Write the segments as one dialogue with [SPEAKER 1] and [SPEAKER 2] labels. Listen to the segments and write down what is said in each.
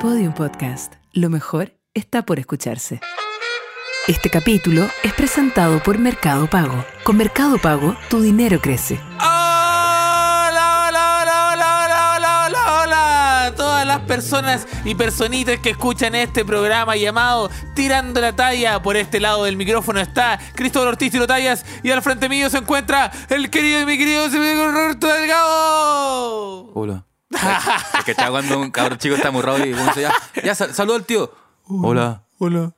[SPEAKER 1] Podium Podcast. Lo mejor está por escucharse. Este capítulo es presentado por Mercado Pago. Con Mercado Pago, tu dinero crece.
[SPEAKER 2] Hola, hola, hola, hola, hola, hola, hola, hola. A Todas las personas y personitas que escuchan este programa llamado Tirando la Talla. Por este lado del micrófono está Cristóbal Ortiz Tiro Tallas y al frente mío se encuentra el querido y mi querido señor Roberto Delgado.
[SPEAKER 3] Hola. Es que está cuando un cabrón chico está amurrado y uno se ya, ya sal- saluda al tío. Hola.
[SPEAKER 2] Hola.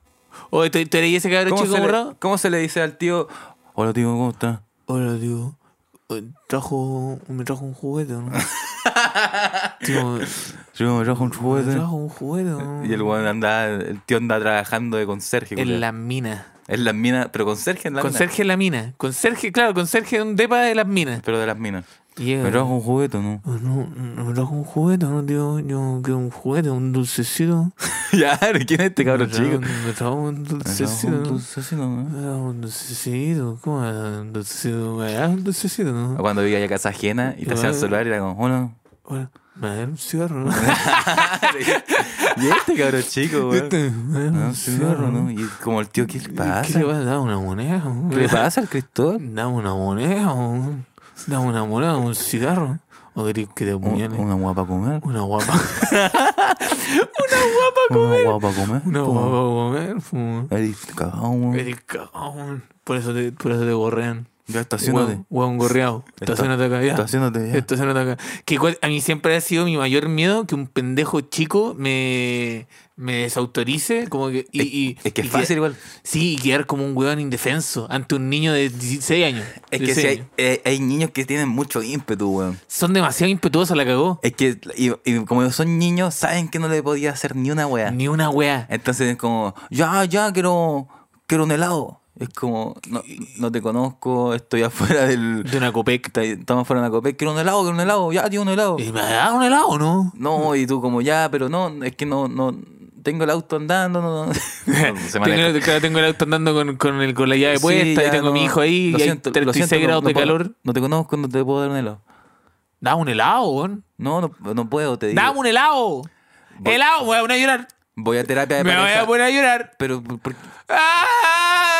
[SPEAKER 2] Oye, ¿tú, tú eres ese cabrón
[SPEAKER 3] ¿Cómo
[SPEAKER 2] chico
[SPEAKER 3] se, le,
[SPEAKER 2] borrado?
[SPEAKER 3] cómo se le dice al tío? Hola tío, ¿cómo está?
[SPEAKER 2] Hola, tío. Trajo, me trajo un juguete, ¿no? tío,
[SPEAKER 3] Yo me trajo un juguete.
[SPEAKER 2] un juguete, ¿no?
[SPEAKER 3] Y el weón anda, el tío anda trabajando de conserje.
[SPEAKER 2] En
[SPEAKER 3] culiao.
[SPEAKER 2] las minas.
[SPEAKER 3] En las minas, pero conserje en las minas.
[SPEAKER 2] Conserje en la mina. Conserje, claro, conserje de un depa de las minas.
[SPEAKER 3] Pero de las minas.
[SPEAKER 2] Llega.
[SPEAKER 3] Me trajo un juguete, ¿no?
[SPEAKER 2] Oh, No, no me trajo un juguete, no, tío. Yo quiero un juguete, un dulcecito.
[SPEAKER 3] ya, ¿quién es este
[SPEAKER 2] Me
[SPEAKER 3] cabrón
[SPEAKER 2] trajo-
[SPEAKER 3] Este chico?
[SPEAKER 2] Me trajo un
[SPEAKER 3] Me trajo
[SPEAKER 2] dulcecito.
[SPEAKER 3] un
[SPEAKER 2] ¿no?
[SPEAKER 3] dulcecito,
[SPEAKER 2] Me
[SPEAKER 3] ¿no?
[SPEAKER 2] trajo un dulcecito. ¿Cómo era un dulcecito? Me da un dulcecito, ¿no?
[SPEAKER 3] Ah, Cuando vivía a casa ajena y te hacían
[SPEAKER 2] Ah.
[SPEAKER 3] celular y era como, hola.
[SPEAKER 2] Bueno, me da un cigarro, ¿no?
[SPEAKER 3] y este cabrón chico, weón.
[SPEAKER 2] Este, Me da
[SPEAKER 3] Ah,
[SPEAKER 2] un
[SPEAKER 3] sí, claro,
[SPEAKER 2] cigarro, ¿no?
[SPEAKER 3] ¿no? Y como el tío, ¿qué le
[SPEAKER 2] ¿Qué
[SPEAKER 3] pasa?
[SPEAKER 2] le va a dar una moneda? ¿no?
[SPEAKER 3] ¿Qué le pasa al Cristóbal?
[SPEAKER 2] Dame una moneda, ¿no? dame una moneda, un cigarro. ¿O querés que te
[SPEAKER 3] Un-
[SPEAKER 2] apuñale?
[SPEAKER 3] Una guapa a comer.
[SPEAKER 2] Una guapa.
[SPEAKER 3] Una guapa a comer.
[SPEAKER 2] Una
[SPEAKER 3] po.
[SPEAKER 2] guapa a comer, fu.
[SPEAKER 3] Eres cagado, weón.
[SPEAKER 2] Eres cagón. Por eso te, por eso te gorrean.
[SPEAKER 3] Ya
[SPEAKER 2] Hueón
[SPEAKER 3] estacionate.
[SPEAKER 2] hueón gorreado.
[SPEAKER 3] Esta-
[SPEAKER 2] Estacionate acá ya.
[SPEAKER 3] Estacionate ya.
[SPEAKER 2] Estacionate acá. Que igual a mí siempre ha sido mi mayor miedo que un pendejo chico me, me desautorice. Como que, y, y-
[SPEAKER 3] Es que
[SPEAKER 2] y
[SPEAKER 3] es fácil igual.
[SPEAKER 2] sí, y quedar como un hueón indefenso ante un niño de 16 años.
[SPEAKER 3] Es que
[SPEAKER 2] 16
[SPEAKER 3] si hay,
[SPEAKER 2] años.
[SPEAKER 3] eh, hay niños que tienen mucho ímpetu, weón.
[SPEAKER 2] Son demasiado impetuosos, la cagó.
[SPEAKER 3] Es que, y, y como son niños, saben que no le podía hacer ni una weá.
[SPEAKER 2] Ni una wea.
[SPEAKER 3] Entonces es como, ya, ya, quiero, quiero un helado. Es como, no, no te conozco, estoy afuera del...
[SPEAKER 2] De una copec.
[SPEAKER 3] está- Estamos afuera de una copé, quiero un helado, quiero un helado, ya, tío, un helado.
[SPEAKER 2] ¿Y me da un helado o no?
[SPEAKER 3] No, y tú como ya, pero no, es que no, no, tengo el auto andando, no, no, no se
[SPEAKER 2] Tengo,
[SPEAKER 3] maneja.
[SPEAKER 2] claro, tengo el auto andando con, con el, con la llave
[SPEAKER 3] Sí,
[SPEAKER 2] puesta y
[SPEAKER 3] ya
[SPEAKER 2] tengo a mi
[SPEAKER 3] no,
[SPEAKER 2] hijo ahí y
[SPEAKER 3] lo
[SPEAKER 2] hay
[SPEAKER 3] siento, lo
[SPEAKER 2] 36
[SPEAKER 3] siento, no-
[SPEAKER 2] grados
[SPEAKER 3] no
[SPEAKER 2] de
[SPEAKER 3] puedo-
[SPEAKER 2] calor.
[SPEAKER 3] No te conozco, no te puedo dar un helado.
[SPEAKER 2] Dame un helado, weón.
[SPEAKER 3] No, no, no puedo, te digo.
[SPEAKER 2] Dame un helado. Helado, me voy a poner a llorar.
[SPEAKER 3] Voy a terapia de
[SPEAKER 2] Me voy
[SPEAKER 3] pareja,
[SPEAKER 2] a poner a llorar.
[SPEAKER 3] pero por- por-
[SPEAKER 2] ¡Ah!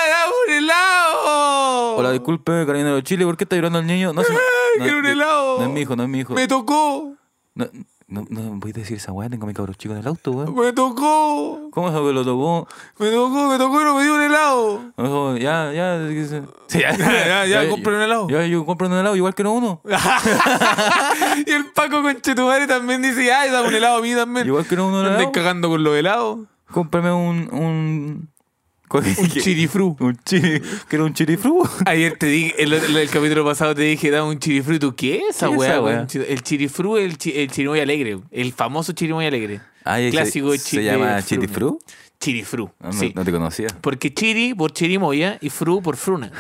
[SPEAKER 2] ¡Dame un helado!
[SPEAKER 3] hola, disculpe, cariño de Chile, ¿por qué está llorando el niño? No, se- no,
[SPEAKER 2] quiero un
[SPEAKER 3] no-
[SPEAKER 2] helado.
[SPEAKER 3] No es mi hijo, no es mi hijo.
[SPEAKER 2] Me tocó.
[SPEAKER 3] No, no, no voy a decir esa weá, tengo a mi cabro chico en el auto, weón.
[SPEAKER 2] Me tocó.
[SPEAKER 3] ¿Cómo es eso que lo tocó?
[SPEAKER 2] Me tocó, me tocó y no me dio un helado.
[SPEAKER 3] Eso, ya, ya, que se-
[SPEAKER 2] ya, ya, ya, compren un helado.
[SPEAKER 3] Ya, yo compro un helado, igual que no uno.
[SPEAKER 2] y el Paco con Chetumare también dice, ay, dame un helado a mí también.
[SPEAKER 3] Igual que no uno
[SPEAKER 2] Andáis
[SPEAKER 3] helado.
[SPEAKER 2] cagando con los helados.
[SPEAKER 3] Cómprame un. Un,
[SPEAKER 2] Un chirifrú.
[SPEAKER 3] Un chiri. Que era un chirifru.
[SPEAKER 2] Ayer te dije, el, el- el capítulo pasado te dije, dame un chirifrú. ¿Y tú qué es esa
[SPEAKER 3] ¿Qué es
[SPEAKER 2] weá?
[SPEAKER 3] esa
[SPEAKER 2] weón?
[SPEAKER 3] weá?
[SPEAKER 2] Chi- El chirifrú es el, chi- el chirimoy alegre. El famoso chirimoy alegre.
[SPEAKER 3] Ay, ese-
[SPEAKER 2] Clásico
[SPEAKER 3] Ah, ¿Se
[SPEAKER 2] chi-
[SPEAKER 3] llama
[SPEAKER 2] de fruna.
[SPEAKER 3] chirifru?
[SPEAKER 2] Chirifrú,
[SPEAKER 3] Ah, No,
[SPEAKER 2] sí.
[SPEAKER 3] no te conocía.
[SPEAKER 2] Porque chiri por chirimoya y fru por fruna.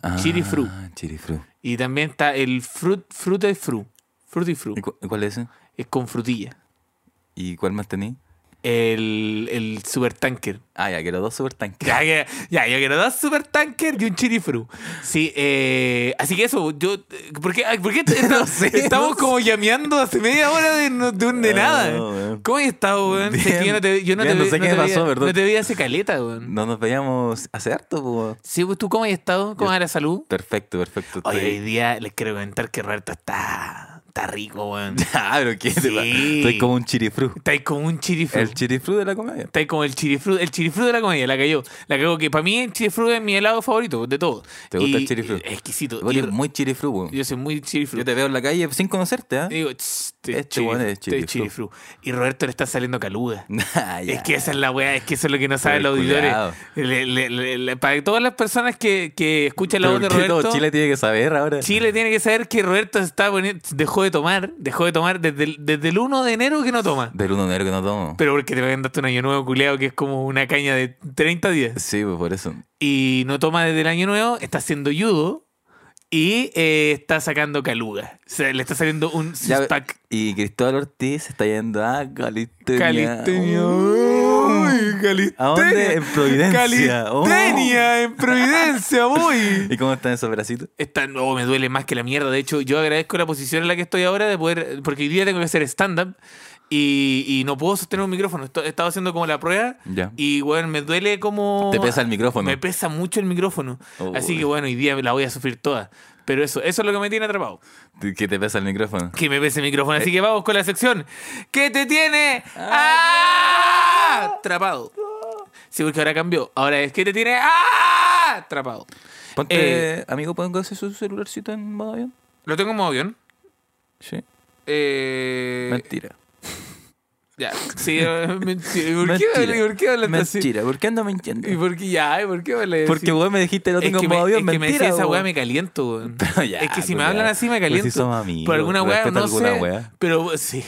[SPEAKER 3] Ah,
[SPEAKER 2] Chirifru.
[SPEAKER 3] Chirifru.
[SPEAKER 2] Y también está el frut, fruta y fru. Fruta y fru.
[SPEAKER 3] ¿Y cu- cuál es ese?
[SPEAKER 2] Es con frutilla.
[SPEAKER 3] ¿Y cuál más tení?
[SPEAKER 2] El, el supertanker.
[SPEAKER 3] Ah, ya, que los dos super tanques.
[SPEAKER 2] Ya, que- ya, yo quiero dos super tanker y un chirifru. Sí, eh, así que eso, yo. ¿Por qué, ay, por qué est- estamos como llameando hace media hora de, no- de, un- de
[SPEAKER 3] Ah, No,
[SPEAKER 2] nada?
[SPEAKER 3] weón.
[SPEAKER 2] ¿Cómo has estado, weón? Sé que yo no te, yo no
[SPEAKER 3] Bien,
[SPEAKER 2] te
[SPEAKER 3] no
[SPEAKER 2] ve-
[SPEAKER 3] sé qué
[SPEAKER 2] te
[SPEAKER 3] me pasó,
[SPEAKER 2] veía-
[SPEAKER 3] perdón.
[SPEAKER 2] No te veía hace caleta, weón.
[SPEAKER 3] No nos veíamos hace harto, po.
[SPEAKER 2] Sí, pues tú, ¿cómo has estado? ¿Cómo
[SPEAKER 3] Yo-
[SPEAKER 2] era la salud?
[SPEAKER 3] Perfecto, perfecto.
[SPEAKER 2] Hoy,
[SPEAKER 3] estoy-
[SPEAKER 2] hoy día les quiero comentar que Roberto está, está rico, weón.
[SPEAKER 3] Ah, pero ¿qué te
[SPEAKER 2] Sí.
[SPEAKER 3] pasa? Estoy como un chirifru.
[SPEAKER 2] Estáis como un chirifru.
[SPEAKER 3] El chirifru de la comedia.
[SPEAKER 2] Está ahí como el chirifru, el chirifru de la comedia, la cayó. La cagó que para mí el chirifru es mi helado favorito de todo.
[SPEAKER 3] ¿Te gusta
[SPEAKER 2] Y-
[SPEAKER 3] el chirifru?
[SPEAKER 2] y- Exquisito.
[SPEAKER 3] Vos
[SPEAKER 2] Y-
[SPEAKER 3] eres muy chirifru, po.
[SPEAKER 2] yo soy muy chirifru.
[SPEAKER 3] Yo te veo en la calle sin conocerte, ¿ah?
[SPEAKER 2] Y digo, "Tss, este
[SPEAKER 3] Este weón es
[SPEAKER 2] este es
[SPEAKER 3] chirifru".
[SPEAKER 2] chirifru. Y Roberto le está saliendo caluda.
[SPEAKER 3] Nah, Ah, ya.
[SPEAKER 2] Es que esa es la weá, es que eso es lo que no saben
[SPEAKER 3] Pero
[SPEAKER 2] los auditores.
[SPEAKER 3] culiao.
[SPEAKER 2] Le- le- le- le- para todas las personas que, que escuchan la
[SPEAKER 3] Pero
[SPEAKER 2] voz de
[SPEAKER 3] ¿por qué todo
[SPEAKER 2] Roberto,
[SPEAKER 3] Chile tiene que saber ahora.
[SPEAKER 2] Chile tiene que saber que Roberto está poni- dejó de tomar, dejó de tomar desde el, desde el 1 de enero que no toma.
[SPEAKER 3] Del 1 de enero que no tomo.
[SPEAKER 2] Pero porque te mandaste un año nuevo culeado que es como una caña de 30 días.
[SPEAKER 3] Sí, pues por eso.
[SPEAKER 2] y no toma desde el año nuevo, está haciendo judo y eh, está sacando caluga. O sea, le está saliendo un
[SPEAKER 3] Ya,
[SPEAKER 2] six-pack.
[SPEAKER 3] y Cristóbal Ortiz se está yendo a Calistenia.
[SPEAKER 2] Calistenia.
[SPEAKER 3] Uy.
[SPEAKER 2] Uy, Calistenia.
[SPEAKER 3] ¿A dónde? En Providencia. Oh.
[SPEAKER 2] Calistenia, en Providencia, voy.
[SPEAKER 3] ¿Y cómo están esos bracitos?
[SPEAKER 2] Esta, no, me duele más que la mierda. De hecho, yo agradezco la posición en la que estoy ahora de poder. Porque hoy día tengo que hacer stand-up. y, y no puedo sostener un micrófono. Esto- He estado haciendo como la prueba
[SPEAKER 3] Ya.
[SPEAKER 2] y, weón, me duele como...
[SPEAKER 3] Te pesa el micrófono.
[SPEAKER 2] Oh,
[SPEAKER 3] Oh,
[SPEAKER 2] Me pesa mucho el micrófono.
[SPEAKER 3] Uy.
[SPEAKER 2] Así que, bueno, hoy día la voy a sufrir toda. Pero eso, eso es lo que me tiene atrapado.
[SPEAKER 3] Que te pesa el micrófono.
[SPEAKER 2] Que me pese el micrófono. Así que vamos con la sección. ¿Qué te tiene? ¡Ah! Atrapado. Sí, porque ahora cambió. Ahora es ¿Qué te tiene? ¡Ah! Atrapado.
[SPEAKER 3] Ponte,
[SPEAKER 2] Eh,
[SPEAKER 3] amigo, póngase su celularcito en modo avión.
[SPEAKER 2] Lo tengo en modo avión.
[SPEAKER 3] Sí.
[SPEAKER 2] Eh,
[SPEAKER 3] Mentira.
[SPEAKER 2] ya. Sí, eh, mentira. ¿Por qué, ¿Por qué hablas así?
[SPEAKER 3] Mentira, ¿por qué ando mintiendo?
[SPEAKER 2] ¿Y por qué ya? ¿Y por qué hablas
[SPEAKER 3] Porque
[SPEAKER 2] así?
[SPEAKER 3] vos me dijiste no
[SPEAKER 2] Es
[SPEAKER 3] tengo
[SPEAKER 2] que me,
[SPEAKER 3] modo avión,
[SPEAKER 2] es que me
[SPEAKER 3] mentira.
[SPEAKER 2] decía esa
[SPEAKER 3] weón.
[SPEAKER 2] weá me caliento, weón.
[SPEAKER 3] Pero ya,
[SPEAKER 2] es que si me
[SPEAKER 3] culiao.
[SPEAKER 2] hablan así me
[SPEAKER 3] Pues si
[SPEAKER 2] caliento.
[SPEAKER 3] somos amigos,
[SPEAKER 2] Por alguna weá,
[SPEAKER 3] respeta
[SPEAKER 2] no
[SPEAKER 3] alguna
[SPEAKER 2] sé.
[SPEAKER 3] weá.
[SPEAKER 2] Pero sí.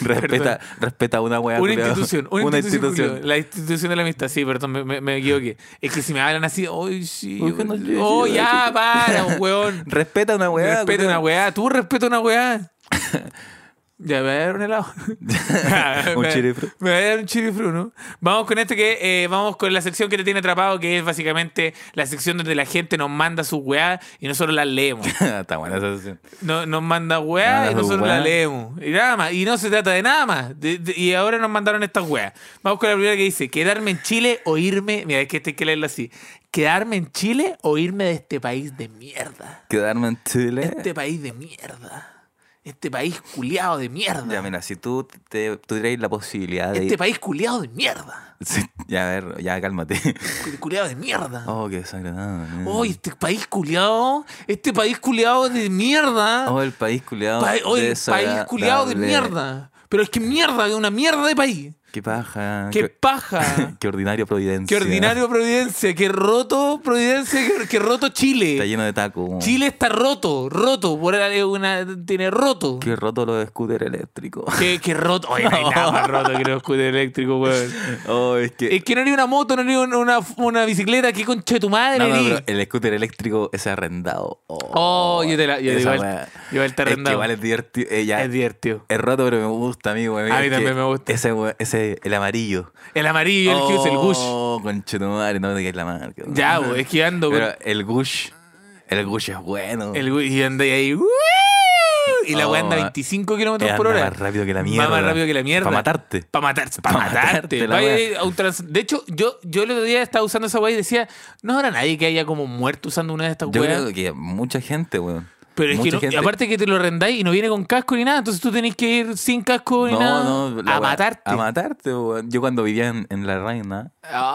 [SPEAKER 3] Respeta, respeta una weá.
[SPEAKER 2] Una
[SPEAKER 3] culiao.
[SPEAKER 2] institución, una, institución, culiao.
[SPEAKER 3] institución.
[SPEAKER 2] La institución de la amistad, sí, perdón, me, me, me equivoqué. Es que si me hablan así, hoy sí.
[SPEAKER 3] Uy, que no
[SPEAKER 2] hoy-
[SPEAKER 3] le-
[SPEAKER 2] oh, ya, para, weón.
[SPEAKER 3] Respeta una weá.
[SPEAKER 2] respeta
[SPEAKER 3] culiao.
[SPEAKER 2] una weá, tú respeta una weá. Ya, me voy a dar un helado.
[SPEAKER 3] Un
[SPEAKER 2] Me-
[SPEAKER 3] chirifru.
[SPEAKER 2] Me voy a dar un chirifru, ¿no? Vamos con este que eh, vamos con la sección que te tiene atrapado, que es básicamente la sección donde la gente nos manda sus weá y nosotros las leemos.
[SPEAKER 3] Está buena esa sesión.
[SPEAKER 2] No- nos manda weá
[SPEAKER 3] Nada,
[SPEAKER 2] y nosotros
[SPEAKER 3] Ah, weá.
[SPEAKER 2] la leemos. Y nada más. Y no se trata de nada más. De- de- y ahora nos mandaron estas weas. Vamos con la primera que dice: ¿Quedarme en Chile o irme? Mira, es que este hay que leerlo así: ¿Quedarme en Chile o irme de este país de mierda?
[SPEAKER 3] Quedarme en Chile.
[SPEAKER 2] Este país de mierda. Este país culiado de
[SPEAKER 3] Ya,
[SPEAKER 2] mierda.
[SPEAKER 3] mira, si tú te, tuvierais la posibilidad de.
[SPEAKER 2] Este país culiado de mierda.
[SPEAKER 3] Sí, ya, a ver, ya cálmate.
[SPEAKER 2] Cu- Culiado de mierda.
[SPEAKER 3] Oh, qué desagradable.
[SPEAKER 2] Oh, este país culiado. Este país culiado de mierda.
[SPEAKER 3] Oh, el país culiado.
[SPEAKER 2] Pa- oh, el país culiado de mierda. Pero es que mierda, es una mierda de país.
[SPEAKER 3] Qué paja.
[SPEAKER 2] ¡Qué paja!
[SPEAKER 3] qué ordinario Providencia.
[SPEAKER 2] ¡Qué ordinario Providencia! ¡Qué roto Providencia! ¡Qué, qué roto
[SPEAKER 3] Está
[SPEAKER 2] Chile!
[SPEAKER 3] lleno de taco.
[SPEAKER 2] Chile está roto, roto. Por ahí una, tiene roto. ¿Qué?
[SPEAKER 3] Qué roto los scooters eléctricos.
[SPEAKER 2] qué roto? Oye, no hay nada más roto que los scooters eléctricos, weón.
[SPEAKER 3] Oh, es que.
[SPEAKER 2] Es que no haría una moto, no haría una, una, una bicicleta. ¿Qué concha de tu madre?
[SPEAKER 3] No, no,
[SPEAKER 2] haría?
[SPEAKER 3] pero eh, el scooter eléctrico es arrendado. Oh,
[SPEAKER 2] Oh, yo te la- yo
[SPEAKER 3] esa
[SPEAKER 2] igual-
[SPEAKER 3] weá.
[SPEAKER 2] yo igual te
[SPEAKER 3] Es que
[SPEAKER 2] arrendado.
[SPEAKER 3] igual es divertido. eh, ya,
[SPEAKER 2] Es divertido.
[SPEAKER 3] es roto, pero me gusta, amigo.
[SPEAKER 2] A mí también me gusta.
[SPEAKER 3] Ese, we- ese, el amarillo.
[SPEAKER 2] El amarillo, el Hughes, el Gush.
[SPEAKER 3] Oh, conchetumare, no me digas la marca.
[SPEAKER 2] Ya, weón, es que ando con-
[SPEAKER 3] Pero el Gush, el Gush es bueno.
[SPEAKER 2] El Gush y anda ahí. ¡Woo! Y la
[SPEAKER 3] Oh,
[SPEAKER 2] weá anda 25
[SPEAKER 3] Eh,
[SPEAKER 2] kilómetros
[SPEAKER 3] anda
[SPEAKER 2] por hora.
[SPEAKER 3] más rápido que la
[SPEAKER 2] Va
[SPEAKER 3] mierda.
[SPEAKER 2] más rápido que la mierda.
[SPEAKER 3] Para matarte.
[SPEAKER 2] Para matarse, para
[SPEAKER 3] Pa'
[SPEAKER 2] matarte.
[SPEAKER 3] matarte, la
[SPEAKER 2] Vaya
[SPEAKER 3] wea.
[SPEAKER 2] a un trans- De hecho, yo, yo el otro día estaba usando esa weá y decía, no habrá nadie que haya como muerto usando una de estas
[SPEAKER 3] Yo
[SPEAKER 2] weas.
[SPEAKER 3] creo que mucha gente, weón.
[SPEAKER 2] Pero es que
[SPEAKER 3] Mucha
[SPEAKER 2] no-
[SPEAKER 3] gente-
[SPEAKER 2] aparte que te lo rendáis y no viene con casco ni nada, entonces tú tenés que ir sin casco ni
[SPEAKER 3] No,
[SPEAKER 2] nada
[SPEAKER 3] no, la
[SPEAKER 2] a
[SPEAKER 3] wea-
[SPEAKER 2] matarte.
[SPEAKER 3] A matarte, weón. Yo cuando vivía en, en La Reina,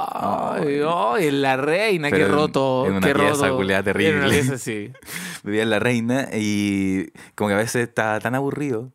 [SPEAKER 2] Ay, ay, la reina, qué
[SPEAKER 3] Pero en-
[SPEAKER 2] roto,
[SPEAKER 3] en una
[SPEAKER 2] qué
[SPEAKER 3] pieza,
[SPEAKER 2] roto.
[SPEAKER 3] culiá,
[SPEAKER 2] Era una
[SPEAKER 3] terrible.
[SPEAKER 2] pieza así.
[SPEAKER 3] vivía en La Reina y como que a veces estaba tan aburrido